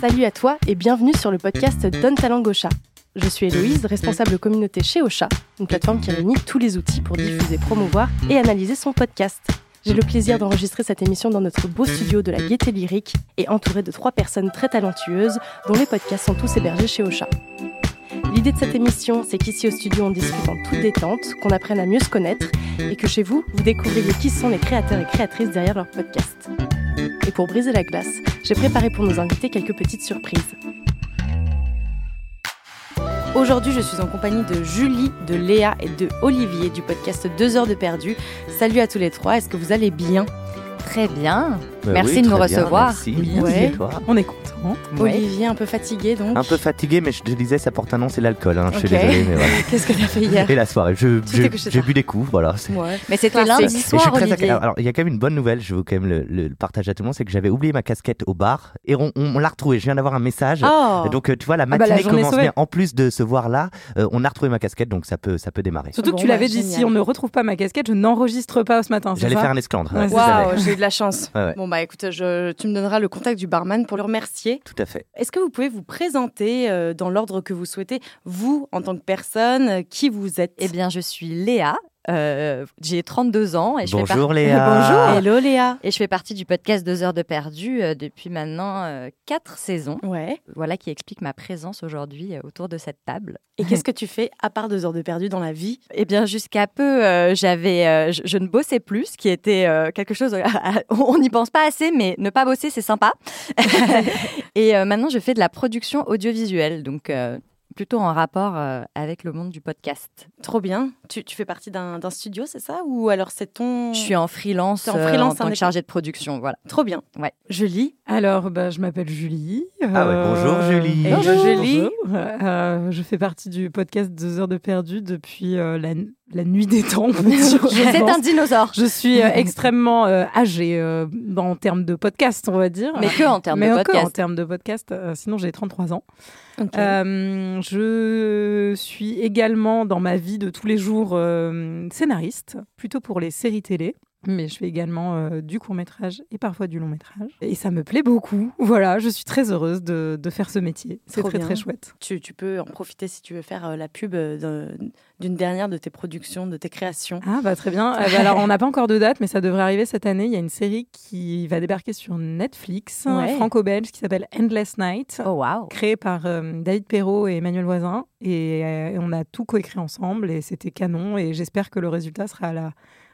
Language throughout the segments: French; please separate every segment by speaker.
Speaker 1: Salut à toi et bienvenue sur le podcast Donne ta langue au chat. Je suis Héloïse, responsable communauté chez Ocha, une plateforme qui réunit tous les outils pour diffuser, promouvoir et analyser son podcast. J'ai le plaisir d'enregistrer cette émission dans notre beau studio de la Gaieté Lyrique et entourée de trois personnes très talentueuses dont les podcasts sont tous hébergés chez Ocha. L'idée de cette émission, c'est qu'ici au studio, on discute en toute détente, qu'on apprenne à mieux se connaître et que chez vous, vous découvriez qui sont les créateurs et créatrices derrière leur podcast. Et pour briser la glace, j'ai préparé pour nos invités quelques petites surprises.
Speaker 2: Aujourd'hui, je suis en compagnie de Julie, de Léa et de Olivier du podcast 2 heures de perdu. Salut à tous les trois, est-ce que vous allez bien
Speaker 3: Très bien.
Speaker 4: Ben
Speaker 3: Merci
Speaker 4: oui,
Speaker 3: de nous
Speaker 4: très bien,
Speaker 3: recevoir.
Speaker 4: Merci,
Speaker 2: Ouais.
Speaker 4: merci à toi.
Speaker 2: On est content.
Speaker 3: Ouais.
Speaker 1: Olivier, un peu fatigué donc.
Speaker 4: Un peu fatigué, mais je te disais, ça porte un nom, c'est l'alcool. hein, Je suis
Speaker 1: Ok.
Speaker 4: désolé, mais voilà.
Speaker 1: Qu'est-ce que t'as fait hier
Speaker 4: Et la soirée, je-
Speaker 1: Tout est que chez
Speaker 4: je- j'ai
Speaker 1: toi.
Speaker 4: bu des coups, voilà. c'est-
Speaker 1: Ouais.
Speaker 3: Mais c'était
Speaker 1: Parfait.
Speaker 3: lundi
Speaker 4: Et je
Speaker 3: soir,
Speaker 4: suis très
Speaker 3: Olivier.
Speaker 4: accueillant. Alors, il y a quand même une bonne nouvelle, je veux quand même le, le- le partager à tout le monde, c'est que j'avais oublié ma casquette au bar et on, on l'a retrouvée. Je viens d'avoir un message.
Speaker 2: Oh.
Speaker 4: Et Donc, euh, tu vois, la
Speaker 2: bah, la
Speaker 4: matinée
Speaker 2: journée
Speaker 4: commence
Speaker 2: sauvée.
Speaker 4: bien. En plus de se voir là, euh, on a retrouvé ma casquette, donc ça peut, ça peut démarrer.
Speaker 5: Surtout
Speaker 1: Bon,
Speaker 5: que tu l'avais
Speaker 1: bah,
Speaker 5: dit,
Speaker 1: génial.
Speaker 5: si on ne retrouve pas ma casquette, je n'enregistre pas ce matin. c'est
Speaker 4: J'allais
Speaker 5: ça
Speaker 4: faire un esclandre.
Speaker 5: Ouais,
Speaker 4: ouais,
Speaker 5: c'est
Speaker 4: je savais.
Speaker 1: Waouh, j'ai eu de la chance.
Speaker 4: Ouais, ouais.
Speaker 1: Bon bah écoute, je- tu me donneras le contact du barman pour le remercier.
Speaker 4: Tout à fait.
Speaker 1: Est-ce que vous pouvez vous présenter euh, dans l'ordre que vous souhaitez, vous en tant que personne, euh, qui vous êtes
Speaker 3: Eh bien, je suis Léa. euh, J'ai 32 ans et Bah, je, fais par-
Speaker 4: Bonjour
Speaker 1: Eh ben,
Speaker 4: Léa.
Speaker 3: Bonjour.
Speaker 1: Hello Léa.
Speaker 3: et je fais partie du podcast 2 heures de perdu euh, depuis maintenant 4 saisons.
Speaker 1: Ouais.
Speaker 3: Voilà qui explique ma présence aujourd'hui euh, autour de cette table.
Speaker 1: Et qu'est-ce que tu fais à part deux heures de perdu dans la vie
Speaker 3: Eh bien, jusqu'à peu, euh, j'avais, euh, je, je ne bossais plus, ce qui était euh, quelque chose. on n'y pense pas assez, mais ne pas bosser, c'est sympa. et euh, maintenant, je fais de la production audiovisuelle, donc euh, plutôt en rapport euh, avec le monde du podcast.
Speaker 1: Trop bien. Tu, tu fais partie d'un d'un studio, c'est ça Ou alors c'est ton...
Speaker 3: Je suis en freelance,
Speaker 1: Mm. T'es en
Speaker 3: euh,
Speaker 1: freelance
Speaker 3: en tant que
Speaker 1: indépendant.
Speaker 3: chargée de production, voilà.
Speaker 1: Trop bien.
Speaker 3: Ouais.
Speaker 1: Je lis.
Speaker 5: Alors, bah, je m'appelle Julie. euh,
Speaker 4: Ah ouais, bonjour, Julie.
Speaker 5: et
Speaker 1: Bonjour, Julie.
Speaker 5: bonjour. Euh, je fais partie du podcast 2 heures de perdu depuis euh, la, la nuit des temps. on va dire, je
Speaker 3: C'est
Speaker 5: pense.
Speaker 3: un dinosaure,
Speaker 5: Je suis euh, extrêmement euh, âgée euh, en termes de podcast, on va dire.
Speaker 3: mais que en termes
Speaker 5: Mais
Speaker 3: de
Speaker 5: encore en
Speaker 3: podcast.
Speaker 5: termes de podcast, euh, sinon j'ai 33 ans.
Speaker 1: Ok.
Speaker 5: Euh, je suis également dans ma vie de tous les jours euh, scénariste, plutôt pour les séries télé. Mais je fais également euh, du court métrage et parfois du long métrage. Et ça me plaît beaucoup. Voilà, je suis très heureuse de, de faire ce métier. C'est
Speaker 1: Trop
Speaker 5: très
Speaker 1: bien.
Speaker 5: très chouette.
Speaker 1: Tu, tu peux en profiter si tu veux faire euh, la pub euh, d'un- d'une dernière de tes productions, de tes créations.
Speaker 5: Ah bah très bien. Euh, bah, alors on n'a pas encore de date, mais ça devrait arriver cette année. Il y a une série qui va débarquer sur Netflix,
Speaker 1: Ouais.
Speaker 5: franco-belge, qui s'appelle Endless Night.
Speaker 3: Oh waouh
Speaker 5: créé par euh, David Perrault et Emmanuel Voisin. Et euh, on a tout coécrit ensemble et c'était canon. Et j'espère que le résultat sera à la,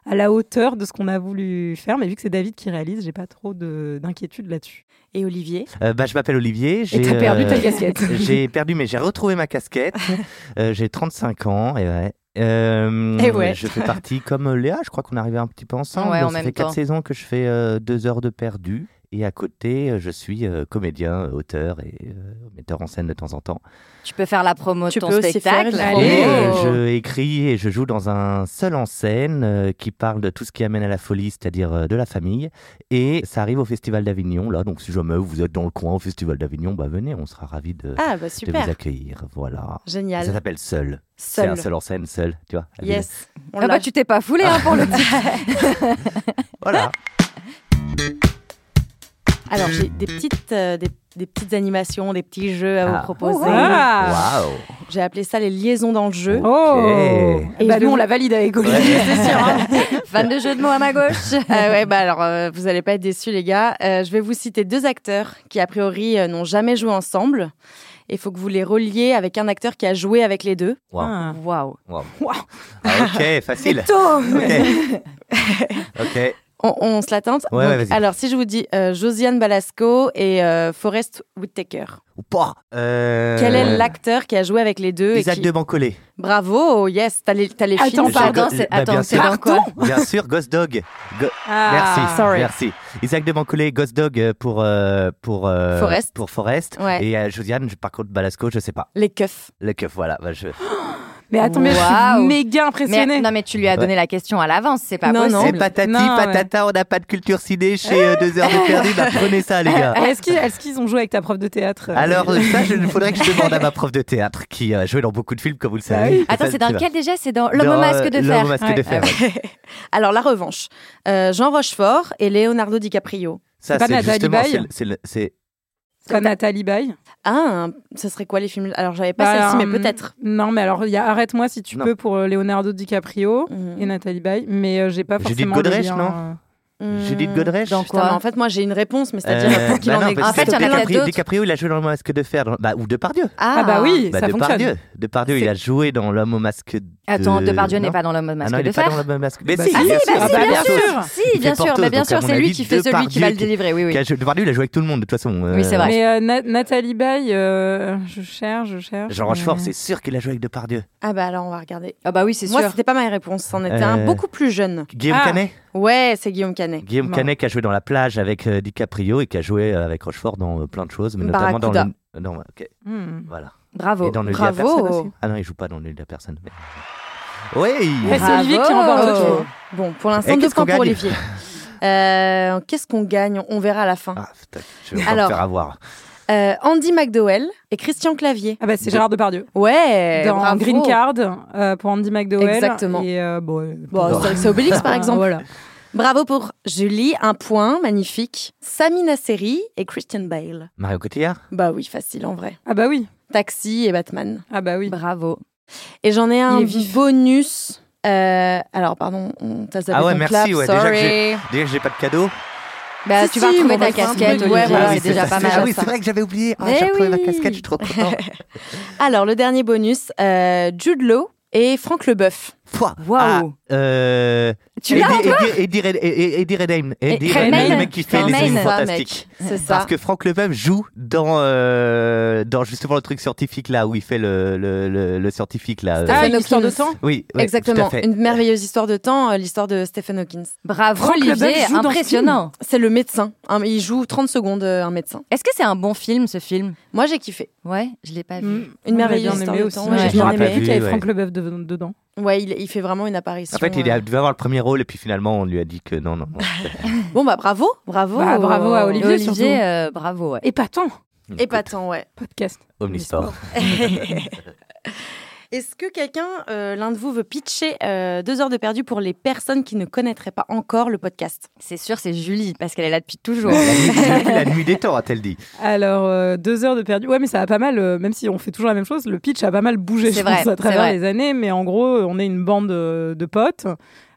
Speaker 5: à la hauteur de ce qu'on a voulu faire. Mais vu que c'est David qui réalise, j'ai pas trop de- d'inquiétude là-dessus.
Speaker 1: Et Olivier
Speaker 4: Euh, bah, je m'appelle Olivier.
Speaker 5: Et
Speaker 4: j'ai,
Speaker 5: t'as perdu
Speaker 4: euh,
Speaker 5: ta casquette.
Speaker 4: J'ai perdu, mais j'ai retrouvé ma casquette. Euh, j'ai 35 ans, et ouais. Euh,
Speaker 1: Et ouais.
Speaker 4: Je fais partie comme Léa, je crois qu'on est arrivé un petit peu ensemble.
Speaker 3: Ouais, en
Speaker 4: ça
Speaker 3: même
Speaker 4: fait 4
Speaker 3: temps.
Speaker 4: saisons que je fais euh, deux heures de perdu. Et à côté, euh, je suis euh, comédien, euh, auteur et euh, metteur en scène de temps en temps.
Speaker 3: Tu peux faire la promo
Speaker 1: Tu
Speaker 3: de ton
Speaker 1: peux aussi
Speaker 3: spectacle.
Speaker 1: faire une
Speaker 5: Allez.
Speaker 4: Et, euh,
Speaker 1: promo.
Speaker 4: je écris et je joue dans un seul en scène euh, qui parle de tout ce qui amène à la folie, c'est-à-dire euh, de la famille. Et ça arrive au Festival d'Avignon, là. Donc si jamais vous êtes dans le coin au Festival d'Avignon, bah venez, on sera ravis de,
Speaker 1: Ah bah
Speaker 4: de vous
Speaker 1: super.
Speaker 4: accueillir. Voilà. Ça
Speaker 1: Génial.
Speaker 4: s'appelle Seul. C'est un
Speaker 1: Seul.
Speaker 4: seul en scène, seul, tu vois. Abine.
Speaker 1: Yes. On
Speaker 3: Ah
Speaker 1: l'a.
Speaker 3: bah tu t'es pas foulé hein, pour le titre.
Speaker 4: Voilà.
Speaker 1: Alors j'ai des petites, euh, des, des petites animations, des petits jeux à
Speaker 4: Ah.
Speaker 1: vous proposer.
Speaker 3: Oh,
Speaker 5: Ah
Speaker 4: Waouh.
Speaker 1: J'ai appelé ça les liaisons dans le jeu.
Speaker 5: Oh
Speaker 4: Ok.
Speaker 1: Et
Speaker 5: Bah
Speaker 1: je
Speaker 5: nous,
Speaker 1: vous-
Speaker 5: on la valide avec Olivier.
Speaker 4: Ouais.
Speaker 1: C'est sûr, hein
Speaker 3: Fan de jeu de mots à ma gauche.
Speaker 1: Ah ouais, bah alors euh, vous allez pas être déçus les gars. Euh, je vais vous citer deux acteurs qui a priori euh, n'ont jamais joué ensemble. Il faut que vous les reliez avec un acteur qui a joué avec les deux.
Speaker 4: Waouh.
Speaker 5: Ah.
Speaker 3: Waouh.
Speaker 4: Waouh.
Speaker 5: Waouh.
Speaker 4: Ah, ok, facile. Ok. Ok.
Speaker 1: On, on se la tente
Speaker 4: Ouais,
Speaker 1: Donc,
Speaker 4: ouais, vas-y.
Speaker 1: Alors si je vous dis euh, Josiane Balasco et euh, Forrest Whitaker,
Speaker 4: Ou pas. Euh,
Speaker 1: quel est l'acteur qui a joué avec les deux et
Speaker 4: Isaac
Speaker 1: qui-
Speaker 4: de Bancolé.
Speaker 1: Bravo, oh, yes, t'as les, t'as les
Speaker 5: Attends,
Speaker 1: films.
Speaker 4: J'ai pardon.
Speaker 3: Pardon,
Speaker 4: go-
Speaker 3: c'est
Speaker 4: bah, bien
Speaker 3: attends, c'est
Speaker 4: sûr.
Speaker 3: dans quoi
Speaker 4: Bien sûr, Ghost Dog. Go- Merci.
Speaker 1: sorry.
Speaker 4: Merci. Isaac de Bancolé, Ghost Dog euh, pour euh, pour euh,
Speaker 1: Forrest.
Speaker 4: Pour Forest.
Speaker 1: Ouais.
Speaker 4: Et euh, Josiane, je- par contre, Balasco, je sais pas.
Speaker 1: Les keufs.
Speaker 4: Le keuf, voilà. Bah, je...
Speaker 5: Mais attends, mais je
Speaker 3: Waouh.
Speaker 5: suis méga
Speaker 3: mais,
Speaker 5: impressionnée.
Speaker 3: Non mais tu lui as donné la question à l'avance, c'est pas
Speaker 1: Non,
Speaker 3: possible.
Speaker 1: non.
Speaker 4: C'est patati
Speaker 5: Non, ouais.
Speaker 4: patata. On n'a pas de culture ciné chez euh, deux heures de perdu. Bah, prenez ça, les gars.
Speaker 5: Ah, Est-ce qu'ils est-ce qu'ils ont joué avec ta prof de théâtre euh,
Speaker 4: Alors
Speaker 5: Olivier
Speaker 4: ça, je- il faudrait que je demande à ma prof de théâtre qui a joué dans beaucoup de films, comme vous le savez.
Speaker 3: Attends,
Speaker 4: Ça,
Speaker 3: c'est dans
Speaker 4: tu vas.
Speaker 3: lequel déjà C'est dans L'homme
Speaker 4: Dans,
Speaker 3: au
Speaker 4: euh,
Speaker 3: masque de
Speaker 4: L'homme
Speaker 3: fer.
Speaker 4: au masque de
Speaker 5: Ouais.
Speaker 4: fer. ouais.
Speaker 1: Alors la revanche, Euh, Jean Rochefort et Leonardo DiCaprio.
Speaker 4: Ça,
Speaker 5: pas
Speaker 4: c'est
Speaker 5: Nathalie
Speaker 4: justement,
Speaker 5: Baye
Speaker 4: c'est le- c'est le- c'est
Speaker 5: Comme Nathalie Baye.
Speaker 1: Ah, ce serait quoi les films Alors, j'avais pas
Speaker 5: Bah,
Speaker 1: celle-ci, mais
Speaker 5: hum,
Speaker 1: peut-être.
Speaker 5: Non, mais alors, il y a Arrête-moi si tu
Speaker 4: Non.
Speaker 5: peux pour euh, Leonardo DiCaprio
Speaker 1: Hum,
Speaker 5: et Nathalie Baye, mais euh, j'ai pas
Speaker 4: Judith
Speaker 5: forcément. le
Speaker 4: Godrèche,
Speaker 5: lien,
Speaker 4: non
Speaker 5: euh,
Speaker 1: hum.
Speaker 3: Hmm.
Speaker 4: Judith Godrèche
Speaker 1: Dans quoi
Speaker 3: Putain, mais
Speaker 1: En
Speaker 3: en
Speaker 1: fait, moi, j'ai une réponse, mais
Speaker 4: Euh,
Speaker 1: c'est-à-dire qu'il
Speaker 4: bah
Speaker 1: en
Speaker 4: non,
Speaker 1: est.
Speaker 4: parce
Speaker 3: En fait,
Speaker 4: que
Speaker 3: il y en a
Speaker 4: DiCaprio-
Speaker 3: plein d'autres.
Speaker 4: DiCaprio, il a joué dans le masque de fer, dans- bah, ou Depardieu.
Speaker 5: Ah, bah oui,
Speaker 4: Bah,
Speaker 5: ça
Speaker 4: Depardieu.
Speaker 5: fonctionne.
Speaker 4: Depardieu, il a joué dans L'homme au masque. De...
Speaker 3: Attends, Depardieu n'est
Speaker 4: non
Speaker 3: pas dans l'homme au masque
Speaker 4: ah non, il
Speaker 3: de
Speaker 4: est pas dans
Speaker 3: fer.
Speaker 4: l'homme au masque. Mais
Speaker 5: Bah,
Speaker 4: si,
Speaker 5: si,
Speaker 4: bien
Speaker 5: ah
Speaker 4: sûr.
Speaker 5: bah,
Speaker 4: Ah
Speaker 5: si, bien
Speaker 4: Porthos.
Speaker 5: sûr.
Speaker 3: Si,
Speaker 4: Il
Speaker 3: bien
Speaker 4: fait
Speaker 3: sûr,
Speaker 4: Porthos,
Speaker 3: mais bien
Speaker 4: donc, à
Speaker 3: sûr,
Speaker 4: mon
Speaker 3: c'est lui
Speaker 4: avis,
Speaker 3: qui fait celui qui
Speaker 4: Depardieu
Speaker 3: va le
Speaker 4: qui-
Speaker 3: délivrer. Oui,
Speaker 4: Qui
Speaker 3: oui.
Speaker 4: a joué- Depardieu, il a joué avec tout le monde, de toute façon.
Speaker 3: Oui, c'est vrai.
Speaker 5: Mais euh, Na- Nathalie Baye, euh, je cherche, je cherche.
Speaker 4: Jean
Speaker 5: mais-
Speaker 4: Rochefort, c'est sûr qu'il a joué avec Depardieu.
Speaker 1: Ah, bah alors, on va regarder.
Speaker 3: Ah bah oui, c'est
Speaker 1: Moi,
Speaker 3: sûr.
Speaker 1: c'était pas ma réponse. C'en était un
Speaker 4: Euh.
Speaker 1: beaucoup plus jeune.
Speaker 4: Guillaume
Speaker 5: Ah.
Speaker 4: Canet
Speaker 1: Ouais, c'est Guillaume Canet.
Speaker 4: Guillaume
Speaker 5: Non.
Speaker 4: Canet qui a joué dans La plage avec euh, DiCaprio et qui a joué euh, avec Rochefort dans euh, plein de choses, mais notamment dans
Speaker 1: Barracuda.
Speaker 4: le. Non, ok,
Speaker 5: Hmm.
Speaker 4: voilà.
Speaker 3: Bravo.
Speaker 4: Et dans le lieu à personne
Speaker 3: Bravo.
Speaker 4: aussi. Ah non, il joue pas dans le lieu de la personne. mais- Oui
Speaker 5: Mais c'est Olivier qui remporte.
Speaker 1: Bravo. Bon, pour l'instant,
Speaker 4: Et
Speaker 1: deux
Speaker 4: qu'est-ce
Speaker 1: points
Speaker 4: qu'on
Speaker 1: pour
Speaker 4: gagne
Speaker 1: Olivier. Euh, Qu'est-ce qu'on gagne On verra à la fin.
Speaker 4: Ah putain, je vais me
Speaker 1: Alors.
Speaker 4: faire avoir.
Speaker 1: Euh, Andy McDowell et Christian Clavier.
Speaker 5: Ah bah c'est Gérard Depardieu.
Speaker 1: Ouais,
Speaker 5: dans
Speaker 1: bravo.
Speaker 5: Green Card euh, pour Andy McDowell.
Speaker 1: Exactement.
Speaker 5: Et euh, bon, euh,
Speaker 1: Bon, Ah, c'est- c'est Obélix par exemple.
Speaker 5: Voilà.
Speaker 1: Bravo pour Julie, un point, magnifique. Sami Nasseri et Christian Bale.
Speaker 4: Mario Cotillard
Speaker 1: Bah oui, facile en vrai.
Speaker 5: Ah bah oui.
Speaker 1: Taxi et Batman.
Speaker 5: Ah bah oui.
Speaker 3: Bravo.
Speaker 1: Et j'en ai un
Speaker 5: est vif.
Speaker 1: bonus. Euh, alors, pardon, on t'a zappé
Speaker 4: Ah ouais,
Speaker 1: ton
Speaker 4: merci,
Speaker 1: clap,
Speaker 4: ouais, déjà que
Speaker 1: sorry.
Speaker 4: Déjà que j'ai pas de cadeau.
Speaker 3: Bah,
Speaker 1: Si,
Speaker 3: tu vas
Speaker 1: si,
Speaker 3: retrouver
Speaker 1: mais
Speaker 3: ta
Speaker 1: on va faire un
Speaker 3: casquette,
Speaker 1: truc, ouais,
Speaker 3: Olivier,
Speaker 1: voilà,
Speaker 3: c'est déjà pas
Speaker 4: facile. Ah
Speaker 3: mal.
Speaker 4: oui,
Speaker 3: ça.
Speaker 4: c'est vrai que j'avais oublié. Ah,
Speaker 3: Mais
Speaker 4: j'ai retrouvé ma
Speaker 3: oui.
Speaker 4: casquette, je suis trop content.
Speaker 1: Alors, le dernier bonus, euh, Jude Law et Franck Leboeuf.
Speaker 4: Pouah.
Speaker 3: Waouh.
Speaker 4: Ah, euh,
Speaker 3: Tu
Speaker 4: Eddie-
Speaker 3: l'as
Speaker 4: Eddie Eddie- Eddie- Eddie Redmayne. Eddie
Speaker 5: Redmayne.
Speaker 4: Redmayne, le mec qui fait les
Speaker 3: Redmayne.
Speaker 4: films
Speaker 1: C'est ça,
Speaker 4: fantastiques.
Speaker 1: mec. C'est ça.
Speaker 4: Parce que Franck Leboeuf joue dans, euh, dans justement le truc scientifique là où il fait le, le, le, le scientifique là. euh,
Speaker 5: Ah,
Speaker 1: Stephen
Speaker 5: une histoire de
Speaker 1: Hawkins.
Speaker 5: temps.
Speaker 4: oui, ouais, Tout à
Speaker 1: Exactement.
Speaker 4: fait.
Speaker 1: Une merveilleuse histoire de temps, euh, l'histoire de Stephen Hawkins.
Speaker 3: Bravo,
Speaker 5: Franck
Speaker 3: Olivier.
Speaker 5: Leboeuf joue dans ce
Speaker 3: Impressionnant.
Speaker 1: C'est le médecin. Hein, Il joue 30 secondes, euh, un médecin.
Speaker 3: Est-ce que c'est un bon film, ce film Mm.
Speaker 1: Moi, j'ai kiffé.
Speaker 3: Ouais, je l'ai pas vu.
Speaker 5: Hmm.
Speaker 1: Une
Speaker 5: On l'a
Speaker 1: merveilleuse
Speaker 5: bien
Speaker 1: histoire
Speaker 5: aimé
Speaker 1: de
Speaker 5: aussi.
Speaker 1: temps,
Speaker 3: ouais.
Speaker 5: J'ai
Speaker 4: Je
Speaker 5: bien
Speaker 4: l'ai
Speaker 5: aimé
Speaker 4: pas vu,
Speaker 5: qu'il y avait
Speaker 4: ouais.
Speaker 5: Franck Leboeuf de- dedans.
Speaker 1: Ouais, il, il fait vraiment une apparition.
Speaker 4: En fait, il
Speaker 1: euh.
Speaker 4: a dû avoir le premier rôle et puis finalement on lui a dit que non, non. non.
Speaker 1: Bon, bah bravo, bravo.
Speaker 5: Bah, bravo
Speaker 3: Et
Speaker 5: à Olivier,
Speaker 3: Olivier,
Speaker 5: surtout.
Speaker 3: euh, bravo. ouais.
Speaker 5: Et pas tant.
Speaker 1: Et pas tant, ouais.
Speaker 5: Podcast.
Speaker 4: Omnisport.
Speaker 1: Est-ce que quelqu'un, euh, l'un de vous, veut pitcher euh, deux heures de perdu pour les personnes qui ne connaîtraient pas encore le podcast
Speaker 3: C'est sûr, c'est Julie, parce qu'elle est là depuis toujours.
Speaker 4: La nuit des temps, a-t-elle dit.
Speaker 5: Alors, euh, deux heures de perdu. Ouais, mais ça a pas mal, euh, même si on fait toujours la même chose, le pitch a pas mal bougé,
Speaker 3: C'est
Speaker 5: je
Speaker 3: vrai,
Speaker 5: pense, à
Speaker 3: c'est
Speaker 5: travers
Speaker 3: vrai.
Speaker 5: les années. Mais en gros, euh, on est une bande euh, de potes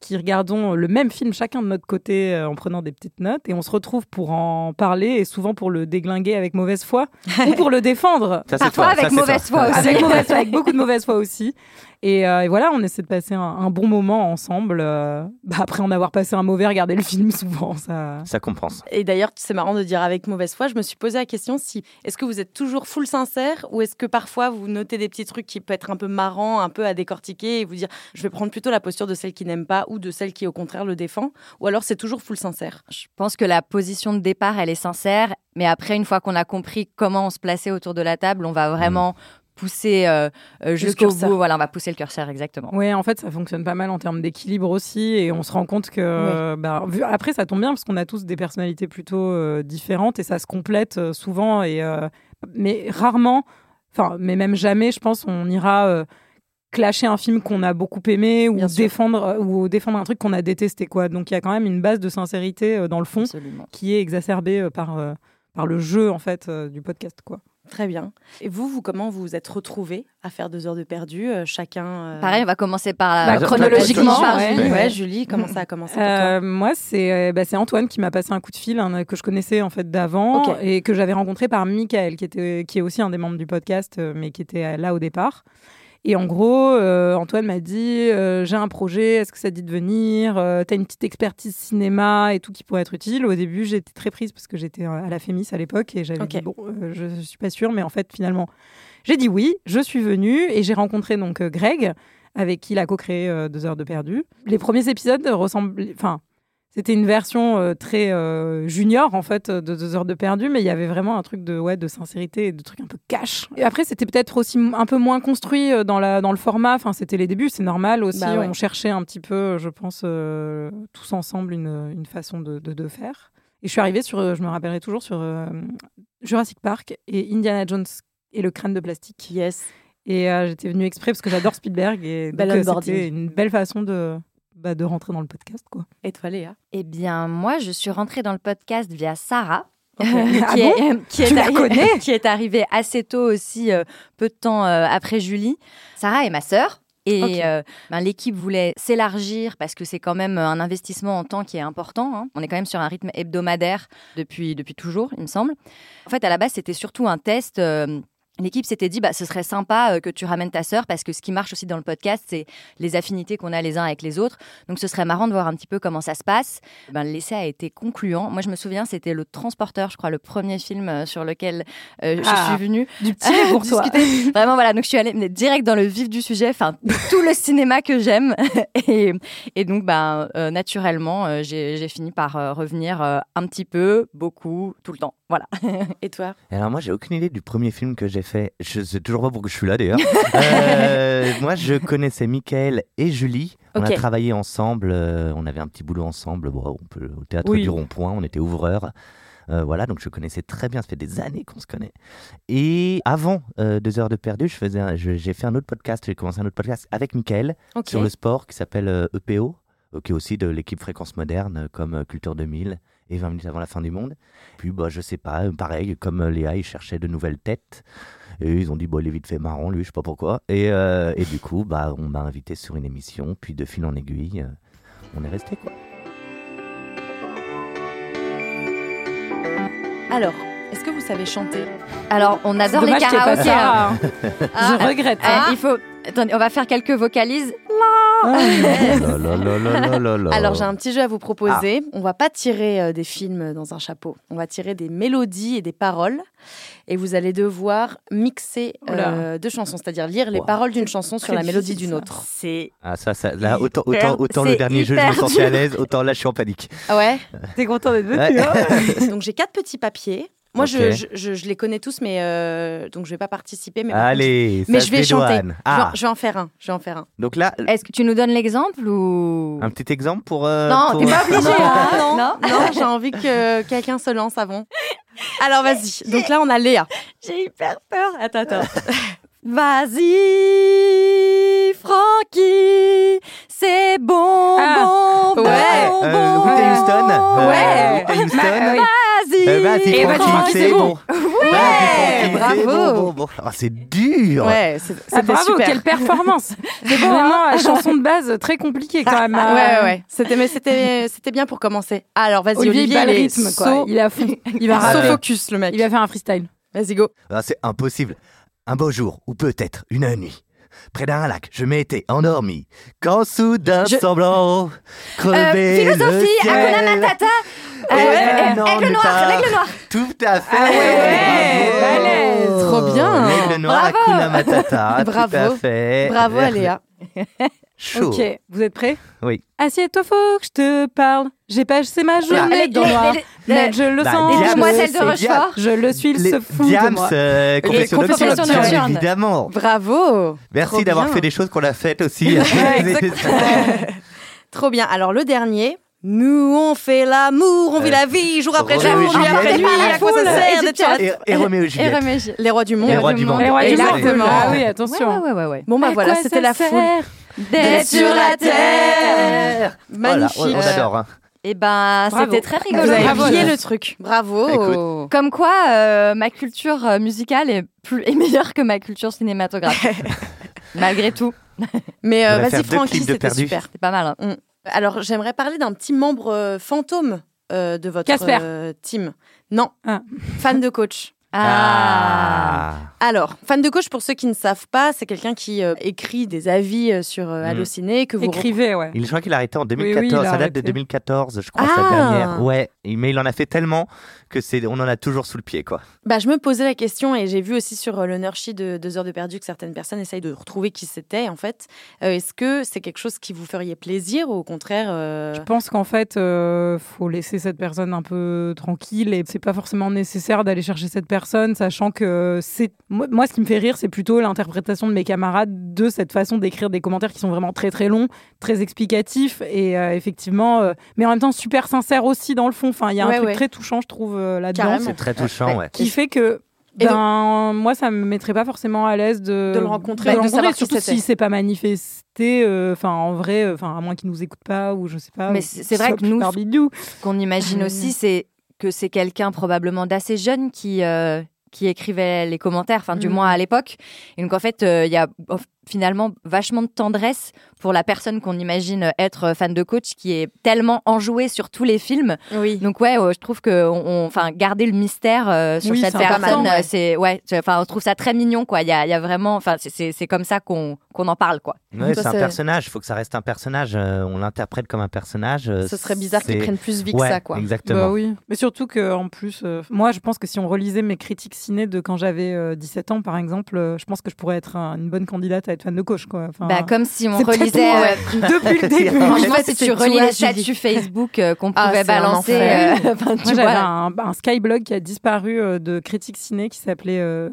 Speaker 5: qui regardons euh, le même film chacun de notre côté euh, en prenant des petites notes. Et on se retrouve pour en parler et souvent pour le déglinguer avec mauvaise foi ou pour le défendre.
Speaker 4: Ça, c'est
Speaker 3: Parfois
Speaker 4: toi, ça,
Speaker 3: avec
Speaker 4: c'est toi.
Speaker 3: mauvaise foi aussi.
Speaker 5: Avec, mauvaise foi, avec beaucoup de mauvaise foi aussi. Et, euh, et voilà, on essaie de passer un, un bon moment ensemble. euh, bah, après en avoir passé un mauvais, regarder le film souvent, ça.
Speaker 4: Ça compense.
Speaker 1: Et d'ailleurs, c'est marrant de dire avec mauvaise foi. Je me suis posé la question si est-ce que vous êtes toujours full sincère ou est-ce que parfois vous notez des petits trucs qui peuvent être un peu marrants, un peu à décortiquer et vous dire je vais prendre plutôt la posture de celle qui n'aime pas ou de celle qui au contraire le défend ou alors c'est toujours full sincère.
Speaker 3: Je pense que la position de départ, elle est sincère, mais après, une fois qu'on a compris comment on se plaçait autour de la table, on
Speaker 4: Mm.
Speaker 3: va vraiment pousser euh, euh, jusqu'au
Speaker 1: curseur.
Speaker 3: bout. Voilà, on va pousser le curseur, exactement.
Speaker 5: Ouais, en fait, ça fonctionne pas mal en termes d'équilibre aussi, et on se rend compte que euh, bah, vu- après ça tombe bien parce qu'on a tous des personnalités plutôt euh, différentes et ça se complète euh, souvent et euh, mais rarement, enfin mais même jamais, je pense, on ira euh, clasher un film qu'on a beaucoup aimé ou
Speaker 1: Bien sûr.
Speaker 5: défendre euh, ou défendre un truc qu'on a détesté quoi. Donc il y a quand même une base de sincérité euh, dans le fond
Speaker 3: Absolument.
Speaker 5: qui est exacerbée euh, par euh, par le jeu en fait euh, du podcast quoi.
Speaker 1: Très bien. Et vous, vous comment vous vous êtes retrouvés à faire deux heures de perdu euh, chacun euh,
Speaker 3: Pareil, on va commencer par
Speaker 5: Bah,
Speaker 3: la
Speaker 5: chronologiquement,
Speaker 3: chronologiquement.
Speaker 5: ouais.
Speaker 1: Julie,
Speaker 5: Ouais.
Speaker 1: ouais, Julie, comment ça a commencé pour toi
Speaker 5: Euh, moi, c'est euh, bah, c'est Antoine qui m'a passé un coup de fil hein, que je connaissais en fait d'avant
Speaker 1: Ok.
Speaker 5: et que j'avais rencontré par Michael, qui était qui est aussi un des membres du podcast, euh, mais qui était euh, là au départ. Et en gros, euh, Antoine m'a dit euh, j'ai un projet, est-ce que ça te dit de venir Euh, T'as une petite expertise cinéma et tout qui pourrait être utile. Au début, j'étais très prise parce que j'étais euh, à la Fémis à l'époque et j'avais
Speaker 1: Ok.
Speaker 5: dit bon, euh, je, je suis pas sûre, mais en fait finalement, j'ai dit oui. Je suis venue et j'ai rencontré donc euh, Greg avec qui il a co-créé euh, Deux heures de perdu. Les premiers épisodes ressemblaient, enfin, c'était une version euh, très euh, junior en fait euh, de Deux heures de perdu, mais il y avait vraiment un truc de ouais de sincérité et de truc un peu cash. Et après, c'était peut-être aussi m- un peu moins construit euh, dans la dans le format. Enfin, c'était les débuts, c'est normal aussi.
Speaker 1: Bah ouais.
Speaker 5: On cherchait un petit peu, je pense, euh, tous ensemble une, une façon de, de, de faire. Et je suis arrivée sur, euh, je me rappellerai toujours sur euh, Jurassic Park et Indiana Jones et le crâne de plastique.
Speaker 1: Yes.
Speaker 5: Et euh, j'étais venue exprès parce que j'adore Spielberg et donc,
Speaker 1: Bel
Speaker 5: euh,
Speaker 1: onboarding.
Speaker 5: c'était une belle façon de, bah, de rentrer dans le podcast. quoi.
Speaker 1: Et toi, Léa
Speaker 3: Eh bien, moi, je suis rentrée dans le podcast via Sarah, qui,
Speaker 5: Ah
Speaker 3: est, euh,
Speaker 5: bon
Speaker 3: qui, est
Speaker 5: Tu la
Speaker 3: arri-
Speaker 5: connais
Speaker 3: qui est arrivée assez tôt aussi, euh, peu de temps euh, après Julie. Sarah est ma sœur. Et
Speaker 6: Ok.
Speaker 3: euh, ben, l'équipe voulait s'élargir parce que c'est quand même euh, un investissement en temps qui est important. hein. On est quand même sur un rythme hebdomadaire depuis, depuis toujours, il me semble. En fait, à la base, c'était surtout un test. euh, L'équipe s'était dit, bah, ce serait sympa euh, que tu ramènes ta sœur parce que ce qui marche aussi dans le podcast, c'est les affinités qu'on a les uns avec les autres. Donc, ce serait marrant de voir un petit peu comment ça se passe. Ben, l'essai a été concluant. Moi, je me souviens, c'était Le Transporteur, je crois, le premier film euh, sur lequel euh, je
Speaker 5: Ah.
Speaker 3: suis venue.
Speaker 5: Du petit lait pour toi.
Speaker 3: Discuter. Vraiment, voilà. Donc, je suis allée mais direct dans le vif du sujet, enfin, tout le cinéma que j'aime. Et, et donc, ben, euh, naturellement, euh, j'ai j'ai fini par euh, revenir euh, un petit peu, beaucoup, tout le temps. Voilà.
Speaker 1: Et toi
Speaker 4: Et Alors moi, j'ai aucune idée du premier film que j'ai fait. Je sais toujours pas pourquoi je suis là d'ailleurs. Euh, moi, je connaissais Michael et Julie. On
Speaker 6: Ok.
Speaker 4: a travaillé ensemble. euh, on avait un petit boulot ensemble. Bon, on peut, au théâtre
Speaker 5: Oui.
Speaker 4: du Rond-Point, on était ouvreurs. Euh, voilà, donc je connaissais très bien. Ça fait des années qu'on se connaît. Et avant euh, deux heures de perdu, je faisais, un- je- j'ai fait un autre podcast. J'ai commencé un autre podcast avec Michael
Speaker 1: Ok.
Speaker 4: sur le sport qui s'appelle euh, EPO, euh, qui est aussi de l'équipe Fréquence Moderne, euh, comme euh, Culture 2000 et 20 minutes avant la fin du monde. Puis, bah, je sais pas, euh, pareil, comme euh, Léa, ils cherchaient de nouvelles têtes. Et ils ont dit, bon, il est vite fait marrant, lui, je sais pas pourquoi. Et, euh, et du coup, bah, on m'a invité sur une émission, puis de fil en aiguille, euh, on est resté, quoi.
Speaker 1: Alors, est-ce que vous savez chanter
Speaker 3: Alors, on adore les
Speaker 5: Dommage qu'il y ait pas
Speaker 3: karaokés. hein.
Speaker 5: Sarah, hein.
Speaker 3: Ah,
Speaker 5: Je regrette. hein.
Speaker 3: eh, il faut. Attendez, on va faire quelques vocalises.
Speaker 5: Ah,
Speaker 3: Eh.
Speaker 4: La, la, la, la, la, la, la.
Speaker 1: Alors, j'ai un petit jeu à vous proposer.
Speaker 4: Ah.
Speaker 1: On va pas tirer euh, des films dans un chapeau. On va tirer des mélodies et des paroles. Et vous allez devoir mixer euh, deux chansons, c'est-à-dire lire les
Speaker 4: Wow.
Speaker 1: paroles d'une chanson sur
Speaker 5: très
Speaker 1: la mélodie
Speaker 5: difficile,
Speaker 1: d'une
Speaker 5: ça.
Speaker 1: autre.
Speaker 3: C'est.
Speaker 4: Ah, ça, ça, là, autant, autant,
Speaker 3: Hyper-
Speaker 4: autant le
Speaker 3: c'est
Speaker 4: dernier jeu, je
Speaker 3: hyper
Speaker 4: me sentais
Speaker 3: dur.
Speaker 4: à l'aise, autant là, je suis en panique.
Speaker 1: Ah ouais
Speaker 5: T'es content d'être venu
Speaker 4: Ouais.
Speaker 1: Donc, j'ai quatre petits papiers. Moi, je-
Speaker 4: Ok.
Speaker 1: je, je- je les connais tous, mais euh, donc je vais pas participer. Mais par contre,
Speaker 4: Ah, Allez,
Speaker 1: Mais
Speaker 4: ça
Speaker 1: je
Speaker 4: se
Speaker 1: vais chanter. je
Speaker 4: dédouane.
Speaker 1: vais en-
Speaker 4: Ah,
Speaker 1: je vais en faire un. Je vais en faire un.
Speaker 4: donc là,
Speaker 3: Est-ce que tu nous donnes l'exemple ou
Speaker 4: un petit exemple pour. euh,
Speaker 3: Non,
Speaker 4: pour-
Speaker 3: t'es pas
Speaker 1: Non,
Speaker 3: obligé. hein.
Speaker 1: non,
Speaker 3: Non.
Speaker 1: non, j'ai envie que euh, quelqu'un se lance avant. Alors vas-y. Donc là, on a Léa.
Speaker 3: J'ai hyper peur. Attends, attends. Vas-y, Francky, c'est bon,
Speaker 5: Ah,
Speaker 3: bon,
Speaker 1: ouais.
Speaker 3: bon,
Speaker 4: Euh,
Speaker 3: Oh, bon.
Speaker 4: Whitney Houston. euh,
Speaker 3: Ouais.
Speaker 4: Whitney
Speaker 5: Bah,
Speaker 4: Houston.
Speaker 3: Vas-y.
Speaker 4: Euh,
Speaker 1: Eh
Speaker 4: vas-y,
Speaker 1: bah, ben,
Speaker 3: Et
Speaker 4: Francky,
Speaker 3: Francky,
Speaker 4: c'est bon. Vas-y, Francky, c'est
Speaker 3: bravo.
Speaker 4: bon, bon, bon. Ah, c'est dur.
Speaker 1: Ouais, c'est- c'était
Speaker 5: Ah, bravo,
Speaker 1: super.
Speaker 5: quelle performance C'est vraiment la chanson de base très compliquée quand même.
Speaker 1: Ah,
Speaker 5: euh,
Speaker 1: ouais, ouais, ouais. C'était, mais c'était, c'était bien pour commencer. Alors vas-y,
Speaker 5: Olivier,
Speaker 1: Olivier,
Speaker 5: il bat le
Speaker 1: il est
Speaker 5: rythme, quoi.
Speaker 1: so-
Speaker 5: Il, a fond- il, va
Speaker 1: so
Speaker 4: Ah, ouais.
Speaker 5: rattraper.
Speaker 1: focus, le mec.
Speaker 5: il va faire un freestyle.
Speaker 1: Vas-y, go.
Speaker 4: Ah, c'est impossible. Un beau jour, ou peut-être une nuit. Près d'un lac, je m'étais endormi. Quand soudain,
Speaker 3: Je-
Speaker 4: semblant
Speaker 3: Euh,
Speaker 4: crever
Speaker 3: philosophie,
Speaker 4: le ciel.
Speaker 3: Hakuna Matata, euh, euh,
Speaker 4: Ouais,
Speaker 3: Aigle
Speaker 4: non, mais pas-
Speaker 3: Noir, l'Aigle Noir.
Speaker 4: Tout à fait.
Speaker 5: ouais,
Speaker 4: Bravo.
Speaker 5: balèze,
Speaker 1: trop bien.
Speaker 4: L'aigle noir,
Speaker 3: Bravo.
Speaker 4: Hakuna Matata. Tout à
Speaker 1: Bravo.
Speaker 4: fait.
Speaker 1: Bravo à
Speaker 4: eh.
Speaker 1: Léa.
Speaker 4: Chaud.
Speaker 5: Ok, vous êtes prêts
Speaker 4: Oui.
Speaker 5: Assieds-toi, faut que je te parle. J'ai passé ma
Speaker 3: Les-
Speaker 5: journée dans
Speaker 3: les-
Speaker 5: le noir.
Speaker 3: les-
Speaker 5: Mais je le
Speaker 4: Bah,
Speaker 5: sens.
Speaker 4: Diams,
Speaker 5: je
Speaker 3: moi,
Speaker 5: le
Speaker 3: celle de
Speaker 5: sais.
Speaker 3: Rochefort.
Speaker 5: Je le suis, il se
Speaker 4: Les
Speaker 5: fout de
Speaker 4: Diams,
Speaker 5: moi.
Speaker 4: euh, confessions
Speaker 3: confessions
Speaker 4: nocturnes,
Speaker 3: nocturnes.
Speaker 4: bien évidemment.
Speaker 1: Bravo. Trop
Speaker 4: Merci d'avoir
Speaker 1: bien.
Speaker 4: fait des choses qu'on a faites aussi.
Speaker 1: Trop bien. Alors le dernier. Nous on fait l'amour, on vit
Speaker 4: Euh,
Speaker 1: la vie jour après jour,
Speaker 4: Roméo et
Speaker 1: nuit
Speaker 4: Juliette.
Speaker 1: après nuit.
Speaker 3: Par la
Speaker 1: À quoi ça
Speaker 3: foule.
Speaker 1: sert
Speaker 3: Et
Speaker 1: d'être
Speaker 3: du
Speaker 1: sur la-
Speaker 4: et, et Roméo et
Speaker 3: Et
Speaker 4: Juliette.
Speaker 3: Roméo et Juliette.
Speaker 1: Les rois du monde.
Speaker 4: Les rois du monde.
Speaker 5: Les rois du monde.
Speaker 1: Exactement.
Speaker 5: Ah oui,
Speaker 3: Ouais,
Speaker 5: attention.
Speaker 3: ouais, ouais, ouais, ouais.
Speaker 1: Bon bah
Speaker 5: À
Speaker 1: voilà,
Speaker 5: quoi
Speaker 1: c'était
Speaker 5: ça
Speaker 1: la foule.
Speaker 5: sert
Speaker 3: D'être sur la terre.
Speaker 1: Magnifique.
Speaker 4: Voilà, on- on adore. hein.
Speaker 3: Et ben,
Speaker 5: Bravo.
Speaker 3: c'était très rigolo.
Speaker 1: Vous avez
Speaker 5: Bravo,
Speaker 1: pillé
Speaker 5: Léa.
Speaker 1: le truc. Bravo.
Speaker 4: Écoute.
Speaker 3: Comme quoi, euh, ma culture euh, musicale est, plus, est meilleure que ma culture cinématographique. Malgré tout,
Speaker 1: Mais euh,
Speaker 4: On va faire
Speaker 1: vas-y,
Speaker 4: deux
Speaker 1: Francky,
Speaker 4: clips de
Speaker 1: c'était
Speaker 4: perdu.
Speaker 1: super.
Speaker 3: c'est pas mal. hein.
Speaker 1: Alors, j'aimerais parler d'un petit membre euh, fantôme euh, de votre
Speaker 5: Casper.
Speaker 1: euh, team. Non,
Speaker 5: Ah.
Speaker 1: fan de coach.
Speaker 3: Ah.
Speaker 1: Alors, fan de coach, pour ceux qui ne savent pas, c'est quelqu'un qui euh, écrit des avis euh, sur euh,
Speaker 4: Mm.
Speaker 1: Allociné que vous
Speaker 5: Écrivez, ouais.
Speaker 4: Il, je crois qu'il a arrêté en
Speaker 5: oui, il a
Speaker 4: 2014. ça date
Speaker 5: arrêté.
Speaker 4: de 2014, je crois,
Speaker 1: Ah.
Speaker 4: sa dernière. Ouais, Il- mais il en a fait tellement que c'est, on en a toujours sous le pied, quoi.
Speaker 1: Bah, je me posais la question et j'ai vu aussi sur euh, l'honneur-chi de Deux heures de perdu que certaines personnes essayent de retrouver qui c'était en fait. Euh, Est-ce que c'est quelque chose qui vous feriez plaisir ou au contraire euh,
Speaker 5: Je pense qu'en fait, euh, faut laisser cette personne un peu tranquille et c'est pas forcément nécessaire d'aller chercher cette personne, sachant que c'est moi, moi, ce qui me fait rire, c'est plutôt l'interprétation de mes camarades de cette façon d'écrire des commentaires qui sont vraiment très très longs, très explicatifs et euh, effectivement, euh, mais en même temps super sincères aussi dans le fond. Enfin, il y a un
Speaker 1: Ouais,
Speaker 5: truc
Speaker 1: ouais.
Speaker 5: très touchant, je trouve, euh, là-dedans,
Speaker 1: Carrément.
Speaker 4: C'est très touchant, ouais.
Speaker 5: qui fait que
Speaker 1: Et donc-
Speaker 5: ben, moi, ça me mettrait pas forcément à l'aise de,
Speaker 1: De le rencontrer,
Speaker 5: de
Speaker 1: de
Speaker 5: le
Speaker 1: savoir
Speaker 5: rencontrer,
Speaker 1: qui
Speaker 5: surtout
Speaker 1: c'était.
Speaker 5: s'il s'est pas manifesté, euh, enfin en vrai, euh, enfin à moins qu'il nous écoute pas ou je sais pas.
Speaker 3: Mais
Speaker 5: ou
Speaker 3: c'est-
Speaker 5: qu'il
Speaker 3: c'est vrai
Speaker 5: soit
Speaker 3: que
Speaker 5: plus
Speaker 3: nous,
Speaker 5: Barbidou.
Speaker 3: Ce qu'on imagine aussi, c'est que c'est quelqu'un probablement d'assez jeune qui, euh, qui écrivait les commentaires, enfin, du
Speaker 5: Mhm.
Speaker 3: moins à l'époque. Et donc, en fait, euh, il y a oh, finalement vachement de tendresse pour la personne qu'on imagine être fan de coach qui est tellement enjouée sur tous les films.
Speaker 1: Oui.
Speaker 3: Donc, ouais, euh, je trouve que on- on- enfin, garder le mystère euh, sur
Speaker 5: Oui,
Speaker 3: cette
Speaker 5: c'est important,
Speaker 3: personne,
Speaker 1: ouais.
Speaker 3: euh, c'est, ouais, c'est- enfin, on trouve ça très mignon, quoi. Il y a, il y a vraiment, enfin, c'est- c'est c'est comme ça qu'on qu'on en parle, quoi.
Speaker 4: Ouais,
Speaker 1: Toi,
Speaker 4: c'est un
Speaker 1: c'est-
Speaker 4: personnage, il faut que ça reste un personnage. euh, on l'interprète comme un personnage. euh,
Speaker 1: Ce serait bizarre qu'ils
Speaker 4: c'est-
Speaker 1: prennent plus vie que
Speaker 4: ouais,
Speaker 1: ça, quoi.
Speaker 4: Exactement.
Speaker 5: Bah oui. Mais surtout que en plus, euh, moi, je pense que si on relisait mes critiques ciné de quand j'avais euh, 17 ans, par exemple, euh, je pense que je pourrais être un- une bonne candidate à être fan de coach. Quoi. Enfin,
Speaker 3: Bah, comme si on
Speaker 5: Ah. c'est peut-être
Speaker 3: relisait.
Speaker 5: moi,
Speaker 3: euh,
Speaker 5: depuis le début.
Speaker 4: En
Speaker 3: Franchement,
Speaker 1: fait,
Speaker 3: si
Speaker 1: c'est
Speaker 3: tu
Speaker 1: tout
Speaker 3: relis
Speaker 1: à
Speaker 3: les
Speaker 1: Julie.
Speaker 3: statuts Facebook euh, qu'on
Speaker 1: Ah,
Speaker 3: pouvait
Speaker 1: c'est un
Speaker 3: balancer,
Speaker 1: enfer.
Speaker 3: euh, enfin, tu vois,
Speaker 5: Moi, j'avais un, un Skyblog qui a disparu euh, de critiques ciné qui s'appelait euh,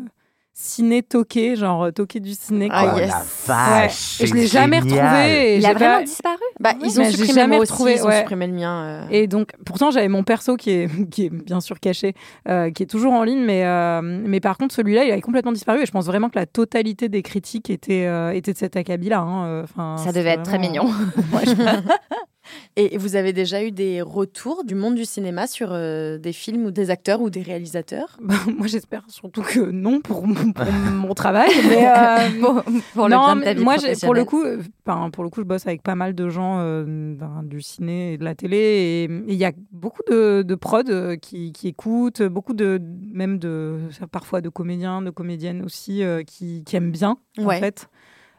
Speaker 5: Ciné Toqué, genre euh, Toqué du ciné.
Speaker 1: Ah,
Speaker 5: quoi.
Speaker 4: Oh
Speaker 1: yes.
Speaker 4: la vache,
Speaker 5: Et je l'ai
Speaker 4: c'est
Speaker 5: jamais
Speaker 4: génial.
Speaker 5: retrouvé. et
Speaker 3: il a
Speaker 5: j'ai pas-
Speaker 3: vraiment disparu.
Speaker 1: Bah,
Speaker 5: Oui,
Speaker 1: ils ont
Speaker 5: mais j'ai
Speaker 1: supprimé
Speaker 5: jamais
Speaker 1: moi aussi,
Speaker 5: retrouvé,
Speaker 1: ils ont
Speaker 5: ouais.
Speaker 1: supprimé le mien. euh.
Speaker 5: Et donc, pourtant, j'avais mon perso qui est, qui est bien sûr caché, euh, qui est toujours en ligne, mais, euh, mais par contre, celui-là, il a complètement disparu. Et je pense vraiment que la totalité des critiques était, euh, était de cet acabit-là. hein, euh, enfin,
Speaker 3: Ça
Speaker 5: c'est
Speaker 3: devait être très
Speaker 5: vraiment-
Speaker 3: mignon.
Speaker 1: Et vous avez déjà eu des retours du monde du cinéma sur euh, des films ou des acteurs ou des réalisateurs
Speaker 5: Bah, moi, j'espère surtout que non pour, mon- pour mon travail, mais euh,
Speaker 3: pour, pour le
Speaker 5: non,
Speaker 3: bien de ta
Speaker 5: mais
Speaker 3: vie
Speaker 5: moi, j'ai- pour le
Speaker 3: professionnelle.
Speaker 5: coup, euh, ben, pour le coup, je bosse avec pas mal de gens euh, ben, du ciné et de la télé, et et il y a beaucoup de, de prods euh, qui, qui écoutent, beaucoup de même de parfois de comédiens, de comédiennes aussi euh, qui, qui aiment bien en fait.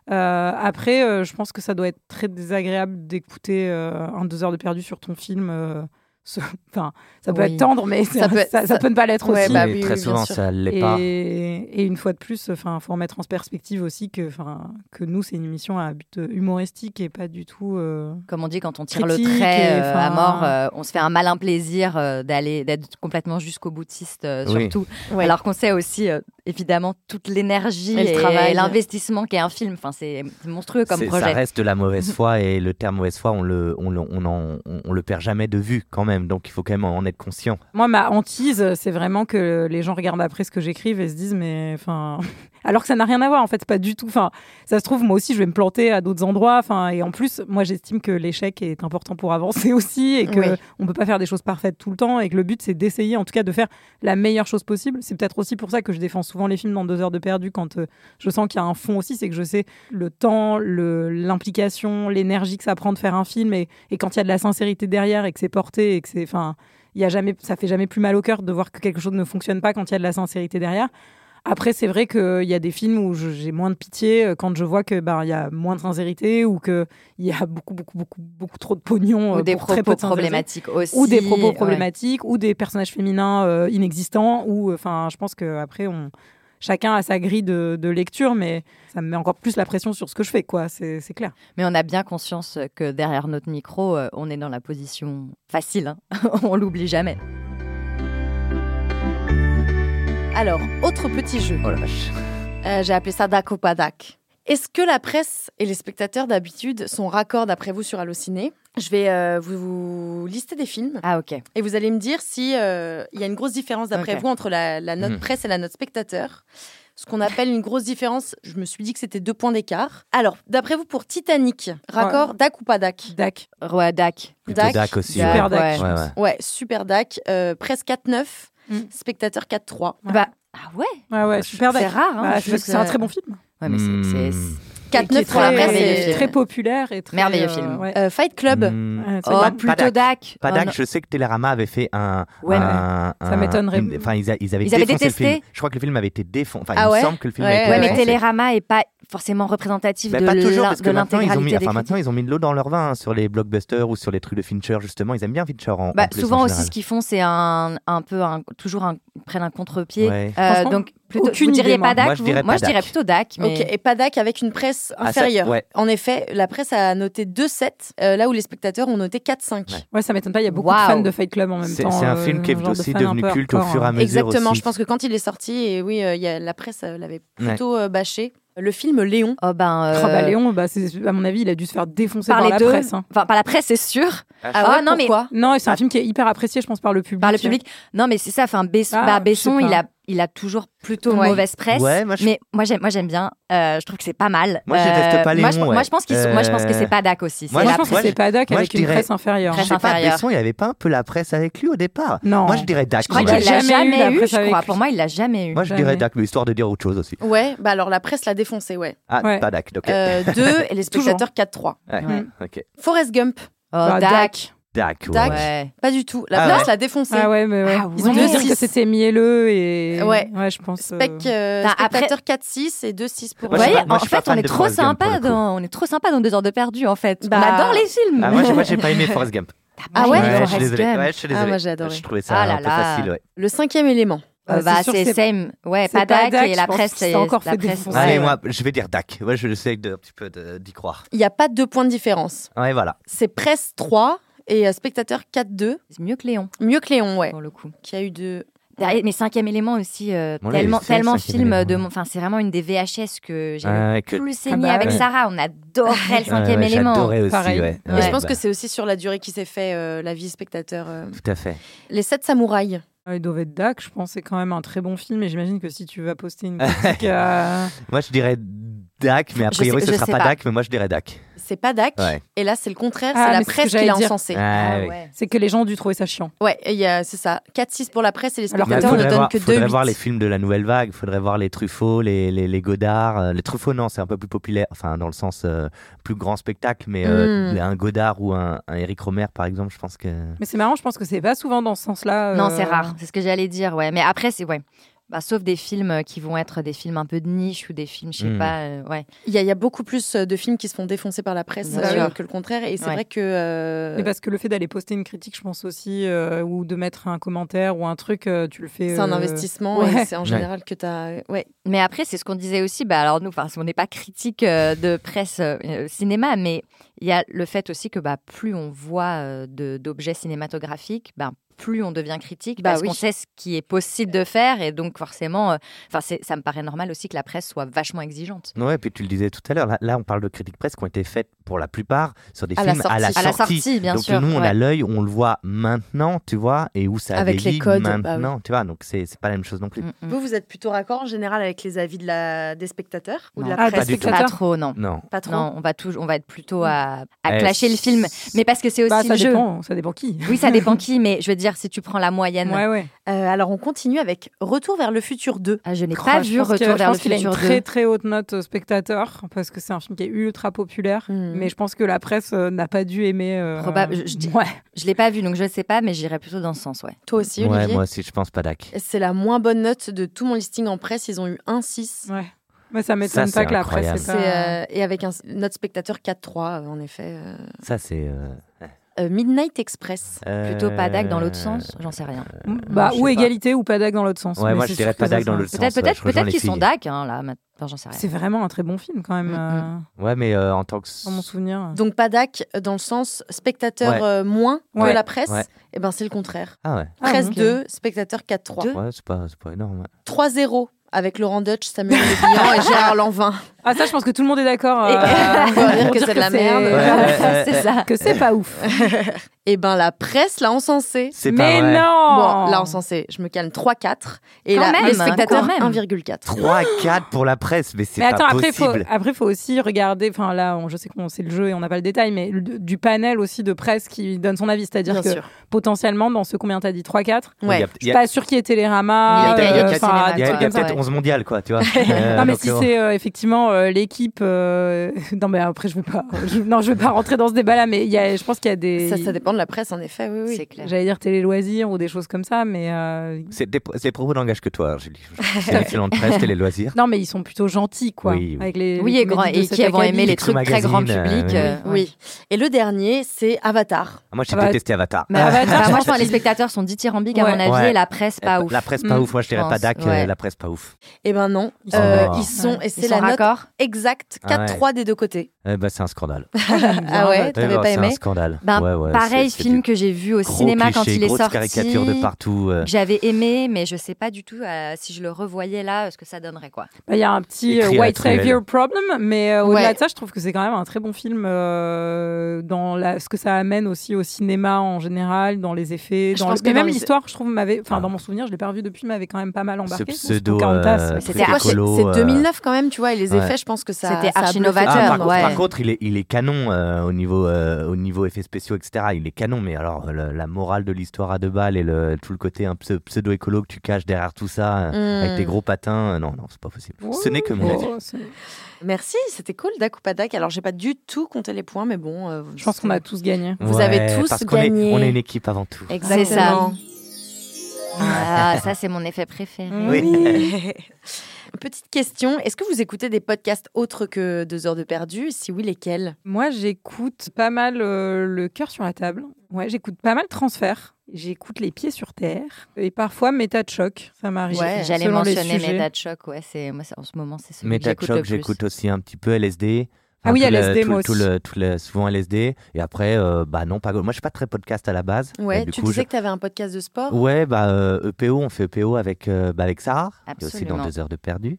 Speaker 5: Euh, après, euh, je pense que ça doit être très désagréable d'écouter euh, un deux heures de perdu sur ton film. euh, ce- Enfin, ça peut
Speaker 1: Oui.
Speaker 5: être tendre, mais ça,
Speaker 1: peut être-
Speaker 5: ça- ça
Speaker 1: ça-
Speaker 5: peut ne pas l'être
Speaker 1: Ouais,
Speaker 5: aussi.
Speaker 1: bah
Speaker 4: Mais
Speaker 1: oui, oui,
Speaker 4: très
Speaker 1: bien
Speaker 4: souvent,
Speaker 1: sûr.
Speaker 4: ça ne l'est
Speaker 5: Et,
Speaker 4: pas.
Speaker 5: et une fois de plus, enfin, faut remettre en perspective aussi que, enfin, que nous, c'est une émission à but euh, humoristique et pas du tout. euh,
Speaker 3: Comme on dit, quand on tire le
Speaker 5: critique
Speaker 3: trait
Speaker 5: et,
Speaker 3: euh,
Speaker 5: enfin,
Speaker 3: à mort, euh, on se fait un malin plaisir euh, d'aller d'être complètement jusqu'au boutiste, euh,
Speaker 4: Oui.
Speaker 3: surtout.
Speaker 1: Ouais.
Speaker 3: Alors qu'on sait aussi, euh, évidemment, toute l'énergie
Speaker 1: Et le
Speaker 3: et,
Speaker 1: travail.
Speaker 3: l'investissement qu'est un film. Enfin, c'est c'est monstrueux comme
Speaker 4: C'est- Ça
Speaker 3: projet. Mhm.
Speaker 4: reste de la mauvaise foi et le terme mauvaise foi, on le, on, le- on en- on- on le perd jamais de vue quand même. Donc il faut quand même en être conscient.
Speaker 5: Moi, ma hantise, c'est vraiment que les gens regardent après ce que j'écrive et se disent, mais enfin, alors que ça n'a rien à voir, en fait, c'est pas du tout. Enfin, ça se trouve, moi aussi, je vais me planter à d'autres endroits. Enfin, et en plus, moi, j'estime que l'échec est important pour avancer aussi et que
Speaker 1: Oui.
Speaker 5: on peut pas faire des choses parfaites tout le temps et que le but, c'est d'essayer, en tout cas, de faire la meilleure chose possible. C'est peut-être aussi pour ça que je défends souvent les films dans deux heures de perdu quand euh, je sens qu'il y a un fond aussi, c'est que je sais le temps, le- l'implication, l'énergie que ça prend de faire un film et, et quand il y a de la sincérité derrière et que c'est porté et que c'est, enfin, il y a jamais, ça fait jamais plus mal au cœur de voir que quelque chose ne fonctionne pas quand il y a de la sincérité derrière. Après, c'est vrai qu'il y a des films où je- j'ai moins de pitié euh, quand je vois que ben il y a moins de sincérité ou que il y a beaucoup beaucoup beaucoup beaucoup trop de pognon euh,
Speaker 3: Ou des
Speaker 5: pour très
Speaker 3: propos
Speaker 5: peu de sincérité
Speaker 3: problématiques aussi.
Speaker 5: ou des propos
Speaker 3: ouais.
Speaker 5: problématiques ou des personnages féminins euh, inexistants ou enfin je pense que après on chacun a sa grille de, de lecture mais ça me met encore plus la pression sur ce que je fais quoi c'est c'est clair
Speaker 3: Mais on a bien conscience que derrière notre micro, euh, on est dans la position facile. hein. on l'oublie jamais.
Speaker 1: Alors, autre petit jeu.
Speaker 4: Oh la vache.
Speaker 1: Euh, J'ai appelé ça Dac ou pas Dac. Est-ce que la presse et les spectateurs d'habitude sont raccords d'après vous sur Allociné Je vais euh, vous, vous lister des films
Speaker 3: Ah ok.
Speaker 1: et vous allez me dire si euh, il y a une grosse différence d'après
Speaker 3: Ok.
Speaker 1: vous entre la, la note
Speaker 4: Mhm.
Speaker 1: presse et la note spectateur. Ce qu'on appelle une grosse différence, je me suis dit que c'était deux points d'écart. Alors, d'après vous, pour Titanic, raccord Dac ou pas Dac
Speaker 5: Dac
Speaker 3: Ouais, Dac.
Speaker 4: Plutôt
Speaker 1: Dac,
Speaker 4: DAC, aussi.
Speaker 3: Dac,
Speaker 4: ouais.
Speaker 5: super Dac
Speaker 3: ouais.
Speaker 5: je
Speaker 4: Ouais,
Speaker 5: pense.
Speaker 4: ouais.
Speaker 1: Ouais, super Dac, euh, presse 4-9,
Speaker 5: Mhm.
Speaker 1: spectateur 4-3.
Speaker 5: Ouais.
Speaker 3: Bah, ah ouais,
Speaker 5: ouais ouais super
Speaker 3: c'est
Speaker 5: Dac
Speaker 3: rare. hein,
Speaker 5: Bah,
Speaker 3: je
Speaker 5: c'est parce que
Speaker 3: sais.
Speaker 5: c'est un très bon film
Speaker 3: Ouais, mais c'est- c'est-
Speaker 4: Mmh.
Speaker 5: Et qui est
Speaker 1: 4-9 pour la
Speaker 5: très,
Speaker 1: presse,
Speaker 3: merveilleux
Speaker 1: c'est-
Speaker 5: très populaire et très
Speaker 3: Merveilleux film.
Speaker 5: ouais.
Speaker 1: Euh, Fight Club.
Speaker 4: Mmh.
Speaker 5: Ouais, c'est
Speaker 3: Oh,
Speaker 5: Dac.
Speaker 3: plutôt
Speaker 4: Dac.
Speaker 3: Dac.
Speaker 4: Pas
Speaker 3: Oh,
Speaker 4: Dac,
Speaker 3: non.
Speaker 4: je sais que Télérama avait fait un.
Speaker 3: Ouais,
Speaker 4: un-
Speaker 5: ouais. Ça
Speaker 4: un-
Speaker 5: m'étonnerait.
Speaker 4: une- Enfin, ils, a- ils avaient,
Speaker 3: Ils avaient
Speaker 4: défoncé le
Speaker 3: détesté.
Speaker 4: film. Je crois que le film avait été défoncé. Enfin,
Speaker 1: Ah
Speaker 4: il
Speaker 1: ouais
Speaker 4: me semble que le film
Speaker 1: Ouais,
Speaker 4: avait été
Speaker 3: Ouais, mais
Speaker 4: défoncé.
Speaker 3: Télérama est pas forcément représentatif
Speaker 4: Bah,
Speaker 3: de
Speaker 4: pas toujours,
Speaker 3: l'in-
Speaker 4: parce
Speaker 3: de
Speaker 4: que maintenant ils, ont mis,
Speaker 3: l'intégralité des
Speaker 4: enfin,
Speaker 3: critiques.
Speaker 4: maintenant ils ont mis de l'eau dans leur vin hein, sur les blockbusters ou sur les trucs de Fincher, justement. Ils aiment bien Fincher en, en
Speaker 3: Bah,
Speaker 4: plus,
Speaker 3: souvent
Speaker 4: en
Speaker 3: aussi,
Speaker 4: général.
Speaker 3: ce qu'ils font, c'est un, un peu un, toujours un, ils prennent un contre-pied.
Speaker 4: Ouais.
Speaker 3: Euh,
Speaker 5: Franchement,
Speaker 3: donc, plutôt,
Speaker 5: aucune
Speaker 3: vous diriez
Speaker 5: idée, moi.
Speaker 3: pas Dac
Speaker 4: Moi, je
Speaker 3: vous
Speaker 4: dirais pas Dac.
Speaker 3: plutôt Dac. Mais...
Speaker 1: Ok, et pas Dac avec une presse
Speaker 4: Ah, ça-
Speaker 1: inférieure.
Speaker 4: ouais.
Speaker 1: En effet, la presse a noté 2,7, euh, là où les spectateurs ont noté 4,5.
Speaker 4: Ouais.
Speaker 5: ouais ça m'étonne pas il y a beaucoup
Speaker 3: Waouh.
Speaker 5: de fans de Fight Club en même
Speaker 4: C'est
Speaker 5: temps
Speaker 4: c'est un
Speaker 5: euh,
Speaker 4: film qui est
Speaker 5: genre de
Speaker 4: aussi
Speaker 5: fans un
Speaker 4: devenu
Speaker 5: peu
Speaker 4: culte au
Speaker 5: hardcore,
Speaker 4: fur et à
Speaker 5: hein.
Speaker 4: mesure.
Speaker 1: Exactement,
Speaker 4: aussi.
Speaker 1: je pense que quand il est sorti, et oui, euh, il y a- la presse euh, l'avait
Speaker 4: Ouais.
Speaker 1: plutôt euh, bâché. Le film Léon.
Speaker 3: Oh, ben, euh,
Speaker 5: Ah bah, Léon, bah, c'est- à mon avis, il a dû se faire défoncer
Speaker 3: par
Speaker 5: par,
Speaker 3: les
Speaker 5: la
Speaker 3: deux.
Speaker 5: presse. hein.
Speaker 3: Enfin, par la presse, c'est sûr. Oh,
Speaker 1: Ah ouais,
Speaker 3: non, mais-
Speaker 1: pourquoi
Speaker 5: Non, et c'est un film qui est hyper apprécié, je pense, par le public.
Speaker 3: Par le public. Non, mais c'est ça. Enfin, Besson,
Speaker 5: Ah,
Speaker 3: bah,
Speaker 5: je
Speaker 3: Besson
Speaker 5: sais
Speaker 3: il
Speaker 5: pas.
Speaker 3: a il a toujours plutôt
Speaker 1: Ouais.
Speaker 3: mauvaise presse.
Speaker 4: Ouais, moi, je-
Speaker 3: Mais moi j'aime, moi j'aime bien. Euh, je trouve que c'est pas mal. Euh,
Speaker 4: Moi, je déteste pas les
Speaker 3: moi, je,
Speaker 4: noms,
Speaker 3: moi,
Speaker 4: ouais.
Speaker 3: je pense qu'ils sont- moi je pense que c'est
Speaker 4: Euh,
Speaker 3: pas Dak aussi.
Speaker 4: moi,
Speaker 3: c'est
Speaker 5: Moi,
Speaker 3: la
Speaker 5: je pense
Speaker 4: moi,
Speaker 5: que
Speaker 3: presse.
Speaker 5: c'est Padac
Speaker 4: moi,
Speaker 5: avec
Speaker 4: je
Speaker 5: une
Speaker 4: dirais-
Speaker 5: presse inférieure.
Speaker 4: Je
Speaker 3: Presse
Speaker 4: sais pas,
Speaker 3: inférieure.
Speaker 4: Besson, il n'y avait pas un peu la presse avec lui au départ
Speaker 5: Non.
Speaker 4: Moi, je dirais Dak.
Speaker 3: Je crois
Speaker 5: Il
Speaker 4: quand
Speaker 5: a
Speaker 3: qu'il l'a
Speaker 5: jamais eu
Speaker 3: jamais,
Speaker 5: la
Speaker 3: eu.
Speaker 5: presse
Speaker 3: je
Speaker 5: avec
Speaker 3: crois.
Speaker 5: lui.
Speaker 3: Pour moi, il l'a jamais eu.
Speaker 4: Moi, je
Speaker 5: Jamais.
Speaker 4: dirais Dak, mais histoire de dire autre chose aussi.
Speaker 1: Ouais, bah alors la presse l'a défoncé, ouais.
Speaker 4: Ah,
Speaker 5: Ouais.
Speaker 4: pas Dak, ok.
Speaker 1: Euh, deux et les
Speaker 5: Toujours.
Speaker 1: spectateurs 4-3.
Speaker 4: Ouais,
Speaker 5: ouais.
Speaker 4: ok.
Speaker 1: Forrest Gump,
Speaker 3: Oh,
Speaker 5: Bah,
Speaker 3: Dak.
Speaker 4: Dak, ouais.
Speaker 1: Dak.
Speaker 3: Ouais.
Speaker 1: pas du tout. La
Speaker 4: Ah
Speaker 1: presse
Speaker 4: ouais.
Speaker 1: l'a défoncé.
Speaker 5: Ah ouais, mais ouais.
Speaker 3: Ah
Speaker 5: Ils ont
Speaker 3: ouais.
Speaker 5: dû dire que c'était mielleux et.
Speaker 1: Ouais.
Speaker 5: je pense. euh,
Speaker 1: Spec, euh,
Speaker 3: Bah, après-
Speaker 1: spectateur 4-6 et 2-6 pour. euh,
Speaker 3: Vous
Speaker 4: Moi, je suis
Speaker 3: voyez,
Speaker 4: pas- moi,
Speaker 3: en
Speaker 4: je suis pas
Speaker 3: fait, on
Speaker 4: fan
Speaker 3: est
Speaker 4: de
Speaker 3: trop
Speaker 4: Forrest Gump, pour
Speaker 3: sympa
Speaker 4: le coup.
Speaker 3: dans, on est trop sympa dans deux heures de perdu, en fait.
Speaker 1: Bah-
Speaker 3: on adore les films.
Speaker 4: Ah, moi, j'ai- moi, j'ai pas aimé Forrest Gump.
Speaker 1: Ah ouais,
Speaker 4: je suis
Speaker 3: Forrest
Speaker 4: désolé.
Speaker 3: Gump.
Speaker 4: Ouais, je suis
Speaker 1: Ah,
Speaker 4: désolé.
Speaker 1: moi, j'ai adoré.
Speaker 4: Je trouvais ça
Speaker 3: Ah
Speaker 4: un
Speaker 3: là
Speaker 4: peu
Speaker 3: là.
Speaker 4: facile, ouais.
Speaker 1: Le cinquième élément.
Speaker 5: Ah,
Speaker 3: Euh,
Speaker 5: c'est
Speaker 3: bah,
Speaker 5: sûr,
Speaker 3: c'est
Speaker 5: c'est-
Speaker 3: same. Ouais,
Speaker 5: c'est
Speaker 3: pas
Speaker 5: pas
Speaker 3: Dak
Speaker 5: Dak,
Speaker 3: et
Speaker 5: je
Speaker 3: la
Speaker 5: pense
Speaker 3: presse.
Speaker 5: qu'il s'est
Speaker 3: c'est-
Speaker 5: encore
Speaker 3: la
Speaker 5: fait
Speaker 3: presse, euh,
Speaker 5: défoncer.
Speaker 3: ouais.
Speaker 4: Allez, moi, je vais dire Dak. Ouais, je vais essayer de- un petit peu de- d'y croire.
Speaker 1: Il n'y a pas deux points de différence.
Speaker 4: Ouais, voilà.
Speaker 1: C'est presse 3 et euh, spectateur 4-2.
Speaker 3: C'est mieux que Léon,
Speaker 1: Mieux que Léon, ouais.
Speaker 3: pour le coup.
Speaker 1: Qui a eu deux.
Speaker 3: Derrière- Ah, Mais cinquième élément aussi, euh,
Speaker 4: Bon, là,
Speaker 3: tellement,
Speaker 4: il y a eu
Speaker 3: tellement
Speaker 4: cinq
Speaker 3: film de
Speaker 4: éléments.
Speaker 3: mon. Enfin, c'est vraiment une des VHS que j'ai
Speaker 4: Ouais,
Speaker 3: le
Speaker 4: que-
Speaker 3: plus
Speaker 5: Ah
Speaker 3: aimé
Speaker 5: bah
Speaker 3: avec
Speaker 5: ouais.
Speaker 3: Sarah. On adorait le cinquième
Speaker 4: Ouais, ouais,
Speaker 3: élément.
Speaker 4: euh, J'adorais aussi,
Speaker 5: Pareil.
Speaker 4: ouais.
Speaker 1: Mais je
Speaker 4: Ouais,
Speaker 1: pense
Speaker 4: bah,
Speaker 1: que c'est aussi sur la durée qui s'est fait euh, la vie spectateur. euh.
Speaker 4: Tout à fait.
Speaker 1: Les 7 samouraïs.
Speaker 5: Ah, Ils doivent être Dak, je pense, c'est quand même un très bon film. Et j'imagine que si tu vas poster une critique. euh,
Speaker 4: Moi, je dirais Dak, mais a
Speaker 3: Je
Speaker 4: priori,
Speaker 3: sais-
Speaker 4: ce
Speaker 3: je
Speaker 4: sera
Speaker 3: sais
Speaker 4: pas
Speaker 3: pas.
Speaker 4: Dak, mais moi, je dirais Dak.
Speaker 1: C'est pas Dak.
Speaker 4: Ouais.
Speaker 1: Et là, c'est le contraire.
Speaker 5: Ah,
Speaker 1: c'est la
Speaker 5: mais c'est ce
Speaker 1: presse
Speaker 5: que
Speaker 1: qui
Speaker 5: j'allais
Speaker 1: l'a
Speaker 5: dire.
Speaker 1: encensé.
Speaker 4: Ah,
Speaker 3: Ah
Speaker 4: oui.
Speaker 3: ouais.
Speaker 5: C'est que les gens ont dû trouver ça chiant.
Speaker 1: Ouais, et il y a- c'est ça. 4-6 pour la presse et les
Speaker 5: Alors que
Speaker 4: Mais
Speaker 1: spectateurs ne
Speaker 5: toi,
Speaker 4: Bah, faudrait
Speaker 1: donnent
Speaker 4: voir,
Speaker 1: que
Speaker 4: faudrait voir les
Speaker 1: 2-8.
Speaker 4: films de la nouvelle vague, faudrait voir les Truffaut, les, les, les Godard. Euh, Les Truffaut, non, c'est un peu plus populaire, enfin, dans le sens euh, plus grand spectacle, mais euh,
Speaker 1: Mm.
Speaker 4: un Godard ou un, un Eric Romer, par exemple, je pense que.
Speaker 5: Mais c'est marrant, je pense que c'est pas souvent dans ce sens-là.
Speaker 3: Non,
Speaker 5: euh,
Speaker 3: c'est rare. C'est ce que j'allais dire. Ouais, mais après, c'est ouais. Bah, sauf des films euh, qui vont être des films un peu de niche ou des films, je sais
Speaker 4: Hmm.
Speaker 3: pas. euh, ouais.
Speaker 1: Il y, a- il y a beaucoup plus euh, de films qui se font défoncer par la presse
Speaker 3: Bien
Speaker 1: euh,
Speaker 3: sûr.
Speaker 1: que le contraire. Et c'est
Speaker 3: Ouais.
Speaker 1: vrai que. euh,
Speaker 5: Mais parce que le fait d'aller poster une critique, je pense aussi, euh, ou de mettre un commentaire ou un truc, euh, tu le fais.
Speaker 1: C'est un
Speaker 5: euh,
Speaker 1: investissement
Speaker 5: ouais.
Speaker 1: et c'est en général que tu as. Ouais.
Speaker 3: Mais après, c'est ce qu'on disait aussi. Bah, alors nous, enfin, on n'est pas critique euh, de presse euh, euh, cinéma, mais il y a le fait aussi que bah, plus on voit euh, de- d'objets cinématographiques, bah, plus on devient critique
Speaker 1: Bah
Speaker 3: parce
Speaker 1: oui.
Speaker 3: qu'on sait ce qui est possible de faire et donc forcément, euh, enfin, c'est- ça me paraît normal aussi que la presse soit vachement exigeante.
Speaker 4: Ouais, et puis tu le disais tout à l'heure, là, là, on parle de critiques presse qui ont été faites pour la plupart sur des
Speaker 1: À la
Speaker 4: films à la
Speaker 1: sortie.
Speaker 3: À
Speaker 4: sortie.
Speaker 3: la sortie, bien
Speaker 4: donc
Speaker 3: sûr.
Speaker 4: nous, on
Speaker 3: ouais.
Speaker 4: a l'œil, on le voit maintenant, tu vois, et où ça
Speaker 1: Avec les
Speaker 4: vieillit
Speaker 1: codes, bah oui.
Speaker 4: maintenant, tu vois. Donc c'est c'est pas la même chose non plus.
Speaker 3: Mm, mm.
Speaker 1: Vous, vous êtes plutôt raccord en général avec les avis de la... des spectateurs ou
Speaker 3: Non.
Speaker 1: de la
Speaker 5: Ah,
Speaker 1: presse
Speaker 5: pas du tout.
Speaker 3: Pas
Speaker 5: Spectateur.
Speaker 3: trop, non.
Speaker 4: Non.
Speaker 1: Pas trop. Mm.
Speaker 3: Non, on va, toujours, on va être plutôt à, à
Speaker 4: Eh,
Speaker 3: clasher le film. Mais parce que c'est aussi
Speaker 5: Bah,
Speaker 3: le
Speaker 5: ça
Speaker 3: jeu.
Speaker 5: dépend, ça dépend qui.
Speaker 3: Oui, ça dépend qui, mais je veux dire, si tu prends la moyenne.
Speaker 5: Ouais, ouais.
Speaker 1: Euh, alors, on continue avec Retour vers le futur 2.
Speaker 3: Ah, je n'ai
Speaker 5: Oh,
Speaker 3: pas
Speaker 5: je
Speaker 3: vu
Speaker 5: pense que-
Speaker 3: Retour
Speaker 5: je
Speaker 3: vers
Speaker 5: pense
Speaker 3: le
Speaker 5: qu'il a une
Speaker 3: futur 2.
Speaker 5: très très haute note aux spectateurs parce que c'est un film qui est ultra populaire.
Speaker 1: Hmm.
Speaker 5: Mais je pense que la presse euh, n'a pas dû aimer. euh,
Speaker 3: Probable- je- je dis-
Speaker 5: ouais.
Speaker 3: Je l'ai pas vu, donc je ne sais pas, mais j'irai plutôt dans ce sens, ouais.
Speaker 1: Toi aussi, Olivier
Speaker 4: Ouais, moi aussi, je pense pas Dak.
Speaker 1: C'est la moins bonne note de tout mon listing en presse. Ils ont eu 1-6.
Speaker 5: Ouais. Mais ça m'étonne
Speaker 4: c'est
Speaker 5: pas que la
Speaker 4: incroyable.
Speaker 5: presse. ait
Speaker 1: C'est,
Speaker 5: pas-
Speaker 1: euh, et avec un, notre spectateur 4-3, euh, en effet. euh.
Speaker 4: Ça, c'est. euh,
Speaker 1: Euh, Midnight Express.
Speaker 3: Plutôt pas Dak dans l'autre
Speaker 4: euh,
Speaker 3: sens, j'en sais rien.
Speaker 5: Bah,
Speaker 4: je sais
Speaker 5: ou
Speaker 4: pas.
Speaker 5: égalité ou pas Dag dans l'autre sens.
Speaker 4: Ouais,
Speaker 5: Mais
Speaker 4: moi,
Speaker 5: c'est
Speaker 4: je
Speaker 5: sûr
Speaker 4: dirais
Speaker 5: que
Speaker 4: pas
Speaker 5: ça,
Speaker 4: Dak
Speaker 5: ça-
Speaker 4: dans l'autre sens.
Speaker 3: Peut-être
Speaker 4: ouais, je
Speaker 3: peut-être,
Speaker 4: rejoins
Speaker 3: peut-être
Speaker 4: les
Speaker 3: qu'ils sont
Speaker 4: filles.
Speaker 3: Dak, hein, là, maintenant, Enfin, j'en sais rien.
Speaker 5: C'est vraiment un très bon film quand même,
Speaker 3: Mm,
Speaker 5: euh,
Speaker 4: Ouais, mais euh, en tant que.
Speaker 5: dans mon souvenir.
Speaker 1: Donc, pas DAC euh, dans le sens spectateur
Speaker 4: Ouais.
Speaker 1: euh, moins que
Speaker 5: Ouais.
Speaker 1: la presse.
Speaker 4: Ouais.
Speaker 1: Et ben c'est le contraire.
Speaker 4: Ah ouais.
Speaker 5: Ah, ok.
Speaker 1: 13-2, spectateur 4-3.
Speaker 3: Deux.
Speaker 4: Ouais, c'est pas, c'est pas énorme. hein. ouais.
Speaker 1: 3-0 avec Laurent Dutch, Samuel Le Bihan et Gérard Lanvin.
Speaker 5: Ah ça, je pense que tout le monde est d'accord.
Speaker 3: Et-
Speaker 5: euh,
Speaker 1: Pour dire
Speaker 5: pour
Speaker 1: que c'est de la merde.
Speaker 4: Ouais, ouais, ouais,
Speaker 3: c'est ça.
Speaker 5: Que c'est pas ouf.
Speaker 1: Et ben la presse l'a encensé.
Speaker 4: C'est pas
Speaker 5: Mais
Speaker 4: vrai.
Speaker 5: non.
Speaker 1: Bon, là encensé, je me calme 3-4. Et
Speaker 3: Oh. Quand
Speaker 1: là,
Speaker 3: même, hein,
Speaker 1: les
Speaker 3: quand
Speaker 1: spectateurs
Speaker 3: même.
Speaker 1: 1,4.
Speaker 4: 3, 4 pour la presse, mais c'est
Speaker 5: Mais
Speaker 4: pas
Speaker 5: attends, après, faut,
Speaker 4: possible.
Speaker 5: après, faut aussi regarder. Enfin, là, on- je sais qu'on c'est le jeu et on n'a pas le détail, mais le- du panel aussi de presse qui donne son avis. C'est-à-dire
Speaker 1: Bien
Speaker 5: que
Speaker 1: sûr.
Speaker 5: potentiellement, dans ce combien t'as dit 3-4,
Speaker 4: Il y a-
Speaker 1: Ouais.
Speaker 4: il
Speaker 5: je
Speaker 4: y
Speaker 5: suis
Speaker 4: a-
Speaker 5: pas sûr qu'il y ait Télérama.
Speaker 4: Il y a- il y a-
Speaker 5: euh,
Speaker 4: il y a-
Speaker 5: enfin,
Speaker 4: il y a, il y a
Speaker 5: des trucs comme ça.
Speaker 4: peut-être 11 mondiales, quoi, tu vois.
Speaker 5: Non, mais si
Speaker 4: donc,
Speaker 5: c'est euh, effectivement euh, l'équipe. euh, Non, mais après, je veux pas. je- Non, je veux pas rentrer dans ce débat-là, mais il y a, je pense qu'il y a des.
Speaker 1: Ça, ça dépend de la presse, en effet, oui, oui.
Speaker 3: C'est clair.
Speaker 5: J'allais dire télé-loisirs ou des choses comme ça, mais. euh,
Speaker 4: C'est des, c'est des propos d'engage que toi, Julie. C'est une excellente presse, télé loisirs.
Speaker 5: Non, mais ils sont plutôt gentils, quoi.
Speaker 4: Oui, oui.
Speaker 5: Avec les,
Speaker 3: Oui,
Speaker 5: les
Speaker 3: et, grand-
Speaker 5: comédies de
Speaker 3: et
Speaker 5: cet
Speaker 3: qui vont
Speaker 5: acabit.
Speaker 3: aimer les
Speaker 4: True
Speaker 3: trucs très grand
Speaker 4: Magazine, euh,
Speaker 3: public.
Speaker 4: oui.
Speaker 3: euh, ouais.
Speaker 1: Oui. Et le dernier, c'est Avatar.
Speaker 4: Ah, Moi, j'ai
Speaker 5: Ah bah,
Speaker 4: détesté Avatar.
Speaker 3: Mais
Speaker 5: Avatar,
Speaker 3: bah,
Speaker 5: je
Speaker 3: franchement,
Speaker 5: pense
Speaker 3: les spectateurs sont dithyrambiques, à
Speaker 5: Ouais.
Speaker 3: mon avis,
Speaker 4: Ouais.
Speaker 3: et la presse, pas
Speaker 4: Euh,
Speaker 3: ouf.
Speaker 4: La presse pas
Speaker 5: Mm,
Speaker 4: ouf, moi je dirais
Speaker 3: je
Speaker 4: pas
Speaker 3: pense,
Speaker 4: Dak, euh,
Speaker 3: ouais.
Speaker 4: la presse pas ouf.
Speaker 1: Eh ben non,
Speaker 5: Ils
Speaker 4: sont
Speaker 1: Euh,
Speaker 4: d'accord.
Speaker 1: ils sont, et
Speaker 3: Ils
Speaker 1: c'est
Speaker 3: sont
Speaker 1: la note
Speaker 3: raccords.
Speaker 1: exacte,
Speaker 4: Ah ouais.
Speaker 1: 4-3 des deux côtés.
Speaker 4: Eh ben, c'est un scandale.
Speaker 1: Ah ouais,
Speaker 4: Eh
Speaker 1: t'avais
Speaker 4: ben,
Speaker 1: pas
Speaker 4: c'est un
Speaker 1: aimé
Speaker 4: scandale.
Speaker 3: Ben,
Speaker 4: Ouais, ouais,
Speaker 3: Pareil
Speaker 4: c'est- c'est
Speaker 3: film
Speaker 4: des
Speaker 3: que j'ai vu au
Speaker 4: gros
Speaker 3: cinéma quand
Speaker 4: clichés,
Speaker 3: il est
Speaker 4: grosses
Speaker 3: sorti.
Speaker 4: caricatures de partout. euh,
Speaker 3: que J'avais aimé, mais je sais pas du tout euh, si je le revoyais là, ce que ça donnerait quoi.
Speaker 5: Bah, Il y a un petit euh,
Speaker 4: Écrit à
Speaker 5: white
Speaker 4: la truelle.
Speaker 5: savior problem, mais euh, au-delà
Speaker 3: Ouais.
Speaker 5: de ça, je trouve que c'est quand même un très bon film euh, dans la, ce que ça amène aussi au cinéma en général, dans les effets,
Speaker 3: Je
Speaker 5: dans
Speaker 3: pense
Speaker 5: le-
Speaker 3: que
Speaker 5: mais
Speaker 3: dans
Speaker 5: même
Speaker 3: les-
Speaker 5: l'histoire, je trouve m'avait, enfin
Speaker 4: Ah.
Speaker 5: dans mon souvenir, je l'ai pas revu depuis, m'avait quand même pas mal embarqué.
Speaker 4: pseudo,
Speaker 5: Pocahontas,
Speaker 4: euh,
Speaker 5: ouais.
Speaker 4: truc
Speaker 3: C'était archi-
Speaker 4: écolo,
Speaker 1: c'est
Speaker 4: euh,
Speaker 1: 2009 quand même, tu vois, et les
Speaker 4: ouais.
Speaker 1: effets, je pense que ça.
Speaker 3: C'était
Speaker 1: ça a
Speaker 3: archi
Speaker 1: bluffé
Speaker 4: Ah,
Speaker 3: novateur,
Speaker 1: tout le
Speaker 4: par,
Speaker 1: monde,
Speaker 4: contre,
Speaker 3: ouais.
Speaker 4: par contre, il est, il est canon euh, au, niveau, euh, au niveau effets spéciaux, etc. Il est canon, mais alors le- la morale de l'histoire à deux balles et le, tout le côté un pse- pseudo-écolo que tu caches derrière tout ça, euh,
Speaker 1: Hmm.
Speaker 4: avec tes gros patins, euh, non, non, c'est pas possible. Ce n'est que mon avis.
Speaker 5: Oh, c'est-
Speaker 1: Merci, c'était cool, Dakupadak. Alors, j'ai pas du tout compté les points, mais bon. euh,
Speaker 5: Je pense qu'on a tous gagné.
Speaker 1: Vous avez tous
Speaker 4: parce qu'on est-
Speaker 1: gagné.
Speaker 4: on est une équipe avant tout.
Speaker 1: Exactement.
Speaker 3: C'est ça. Ah, ça c'est mon effet préféré.
Speaker 4: Oui.
Speaker 1: Petite question, est-ce que vous écoutez des podcasts autres que Deux heures de perdu Si oui, lesquels
Speaker 5: Moi, j'écoute pas mal euh, le cœur sur la table. Ouais, j'écoute pas mal transfert. J'écoute les pieds sur terre et parfois méta de choc. Ça m'arrive.
Speaker 1: Ouais,
Speaker 3: J'allais
Speaker 5: selon les
Speaker 3: mentionner
Speaker 5: sujets.
Speaker 3: Méta de choc, ouais, c'est moi c'est- en ce moment c'est celui
Speaker 4: Mais
Speaker 3: que j'écoute le
Speaker 4: choc,
Speaker 3: plus.
Speaker 4: j'écoute aussi un petit peu LSD.
Speaker 5: Ah oui,
Speaker 4: tout le-
Speaker 5: LSD,
Speaker 4: tout,
Speaker 5: moi
Speaker 4: tout
Speaker 5: aussi.
Speaker 4: le- tout le- souvent LSD. Et après, euh, bah non, pas. Moi, je suis pas très podcast à la base.
Speaker 1: Ouais,
Speaker 4: Mais Bah, du
Speaker 1: tu
Speaker 4: coup,
Speaker 1: disais
Speaker 4: je-
Speaker 1: que tu avais un podcast de sport
Speaker 4: Ouais, bah, euh, EPO, on fait EPO avec, euh, bah, avec Sarah, qui est aussi dans
Speaker 3: Absolument.
Speaker 4: Deux heures de perdu.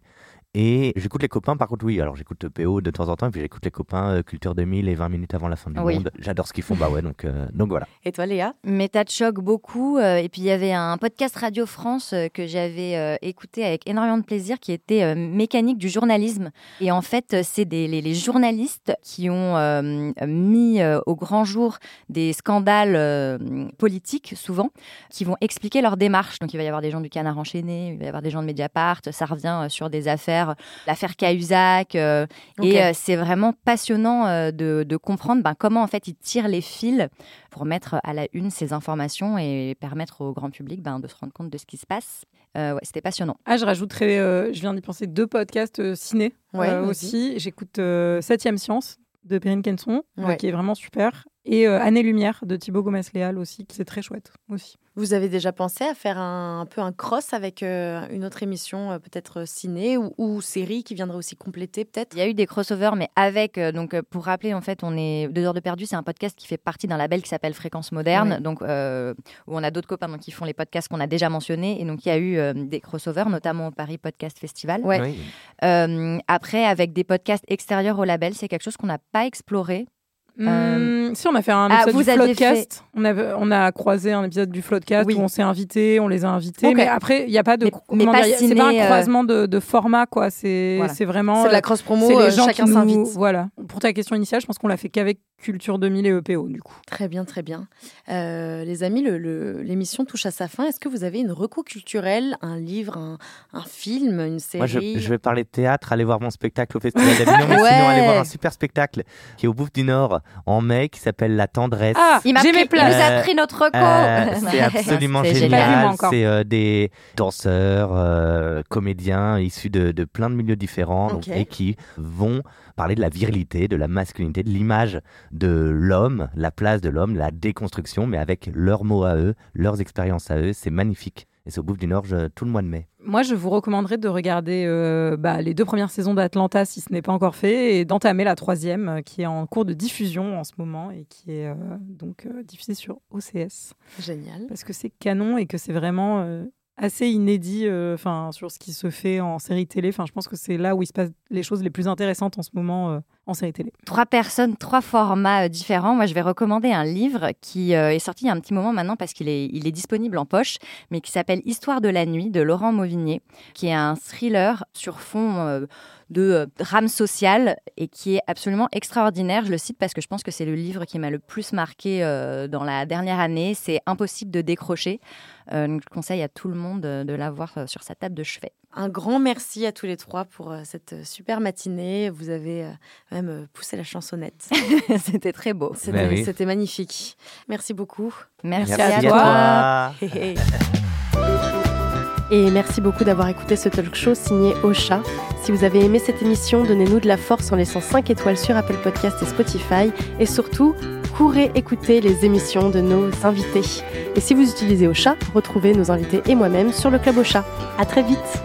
Speaker 4: Et j'écoute les copains, par contre, oui. Alors, j'écoute EPO de temps en temps, et puis j'écoute les copains euh, Culture 2000 et 20 minutes avant la fin du
Speaker 3: Oui.
Speaker 4: monde. J'adore ce qu'ils font, bah ouais, donc, euh, donc voilà.
Speaker 1: Et toi, Léa
Speaker 3: Méta de choc beaucoup. euh, et puis il y avait un podcast Radio France euh, que j'avais euh, écouté avec énormément de plaisir qui était euh, Mécanique du journalisme. Et en fait, euh, c'est des- les, les journalistes qui ont euh, mis euh, au grand jour des scandales euh, politiques, souvent, qui vont expliquer leur démarche. Donc il va y avoir des gens du Canard Enchaîné, il va y avoir des gens de Mediapart, ça revient euh, sur des affaires, l'affaire Cahuzac, euh,
Speaker 1: Ok.
Speaker 3: et euh, c'est vraiment passionnant euh, de, de comprendre ben, comment en fait ils tirent les fils pour mettre à la une ces informations et permettre au grand public ben, de se rendre compte de ce qui se passe. Euh, ouais, C'était passionnant.
Speaker 5: Ah, je rajouterais, euh, je viens d'y penser, deux podcasts euh, ciné
Speaker 1: Ouais,
Speaker 5: euh,
Speaker 1: vas-y.
Speaker 5: aussi. J'écoute euh, Septième Science de Perrine Kenson, euh,
Speaker 1: Ouais.
Speaker 5: qui est vraiment super. Et euh, Année Lumière de Thibaut Gomez-Léal aussi, qui c'est très chouette aussi.
Speaker 1: Vous avez déjà pensé à faire un, un peu un cross avec euh, une autre émission, euh, peut-être euh, ciné ou, ou série qui viendrait aussi compléter, peut-être
Speaker 3: Il y a eu des crossovers, mais avec euh, donc euh, pour rappeler en fait, on est deux heures de perdu, c'est un podcast qui fait partie d'un label qui s'appelle Fréquence Moderne,
Speaker 1: Ouais.
Speaker 3: donc euh, où on a d'autres copains donc, qui font les podcasts qu'on a déjà mentionnés, et donc il y a eu euh, des crossovers, notamment au Paris Podcast Festival.
Speaker 1: Ouais.
Speaker 4: Oui.
Speaker 3: Euh, après, avec des podcasts extérieurs au label, c'est quelque chose qu'on n'a pas exploré. Euh,
Speaker 5: Hum, Si on a fait un
Speaker 3: ah,
Speaker 5: épisode
Speaker 3: vous
Speaker 5: du
Speaker 3: aviez
Speaker 5: Floodcast, on, avait- on a croisé un épisode du Floodcast
Speaker 3: Oui.
Speaker 5: où on s'est invité, on les a invités,
Speaker 1: Ok.
Speaker 5: mais après il n'y a pas de,
Speaker 3: Mais-
Speaker 5: comment
Speaker 3: mais pas
Speaker 5: dire, c'est
Speaker 3: ciné,
Speaker 5: pas un
Speaker 3: euh,
Speaker 5: croisement de, de format quoi, c'est
Speaker 3: Voilà.
Speaker 5: c'est vraiment
Speaker 1: C'est de la
Speaker 5: euh,
Speaker 1: cross promo,
Speaker 5: c'est les
Speaker 1: euh,
Speaker 5: gens
Speaker 1: chacun
Speaker 5: qui nous-
Speaker 1: s'invite.
Speaker 5: Voilà. Pour ta question initiale, je pense qu'on l'a fait qu'avec Culture 2000 et EPO du coup.
Speaker 1: Très bien, très bien. Euh, les amis, le- le- l'émission touche à sa fin. Est-ce que vous avez une reco culturelle, un livre, un, un film, une série
Speaker 4: Moi, je, je vais parler de théâtre, aller voir mon spectacle au Festival d'Avignon, mais
Speaker 1: Ouais.
Speaker 4: sinon, aller voir un super spectacle qui est au Bouffe du Nord en mai qui s'appelle La Tendresse.
Speaker 5: Ah,
Speaker 3: Il m'a
Speaker 5: j'ai
Speaker 3: pris-
Speaker 5: mes
Speaker 3: il nous
Speaker 5: places.
Speaker 3: a pris notre reco.
Speaker 4: Euh, c'est absolument
Speaker 3: C'est
Speaker 5: J'ai pas vu, moi,
Speaker 4: génial.
Speaker 5: encore.
Speaker 4: C'est euh, des danseurs, euh, comédiens issus de, de plein de milieux différents donc,
Speaker 1: Ok.
Speaker 4: et qui vont parler de la virilité, de la masculinité, de l'image de l'homme, la place de l'homme, la déconstruction, mais avec leurs mots à eux, leurs expériences à eux. C'est magnifique. Et c'est au Bouffe du Nord je- tout le mois de mai.
Speaker 5: Moi, je vous recommanderais de regarder euh, bah, les deux premières saisons d'Atlanta si ce n'est pas encore fait et d'entamer la troisième euh, qui est en cours de diffusion en ce moment et qui est euh, donc euh, diffusée sur OCS
Speaker 1: Génial.
Speaker 5: parce que c'est canon et que c'est vraiment euh, assez inédit euh, enfin sur ce qui se fait en série télé. Enfin, je pense que c'est là où il se passe les choses les plus intéressantes en ce moment euh, en série télé.
Speaker 3: Trois personnes, trois formats euh, différents. Moi, je vais recommander un livre qui euh, est sorti il y a un petit moment maintenant parce qu'il est, il est disponible en poche, mais qui s'appelle Histoire de la nuit de Laurent Mauvigné, qui est un thriller sur fond euh, de euh, drame social et qui est absolument extraordinaire. Je le cite parce que je pense que c'est le livre qui m'a le plus marqué euh, dans la dernière année. C'est impossible de décrocher. Euh, donc, je conseille à tout le monde euh, de l'avoir euh, sur sa table de chevet.
Speaker 1: Un grand merci à tous les trois pour euh, cette euh, super matinée. Vous avez euh, même euh, poussé la chansonnette.
Speaker 3: C'était très beau.
Speaker 1: C'était
Speaker 4: Ben oui.
Speaker 1: c'était magnifique. Merci beaucoup.
Speaker 3: Merci,
Speaker 5: Merci
Speaker 3: à
Speaker 5: à
Speaker 3: toi.
Speaker 6: Et merci beaucoup d'avoir écouté ce talk show signé Ocha. Si vous avez aimé cette émission, donnez-nous de la force en laissant 5 étoiles sur Apple Podcast et Spotify. Et surtout, courez écouter les émissions de nos invités. Et si vous utilisez Ocha, retrouvez nos invités et moi-même sur le Club Ocha. À très vite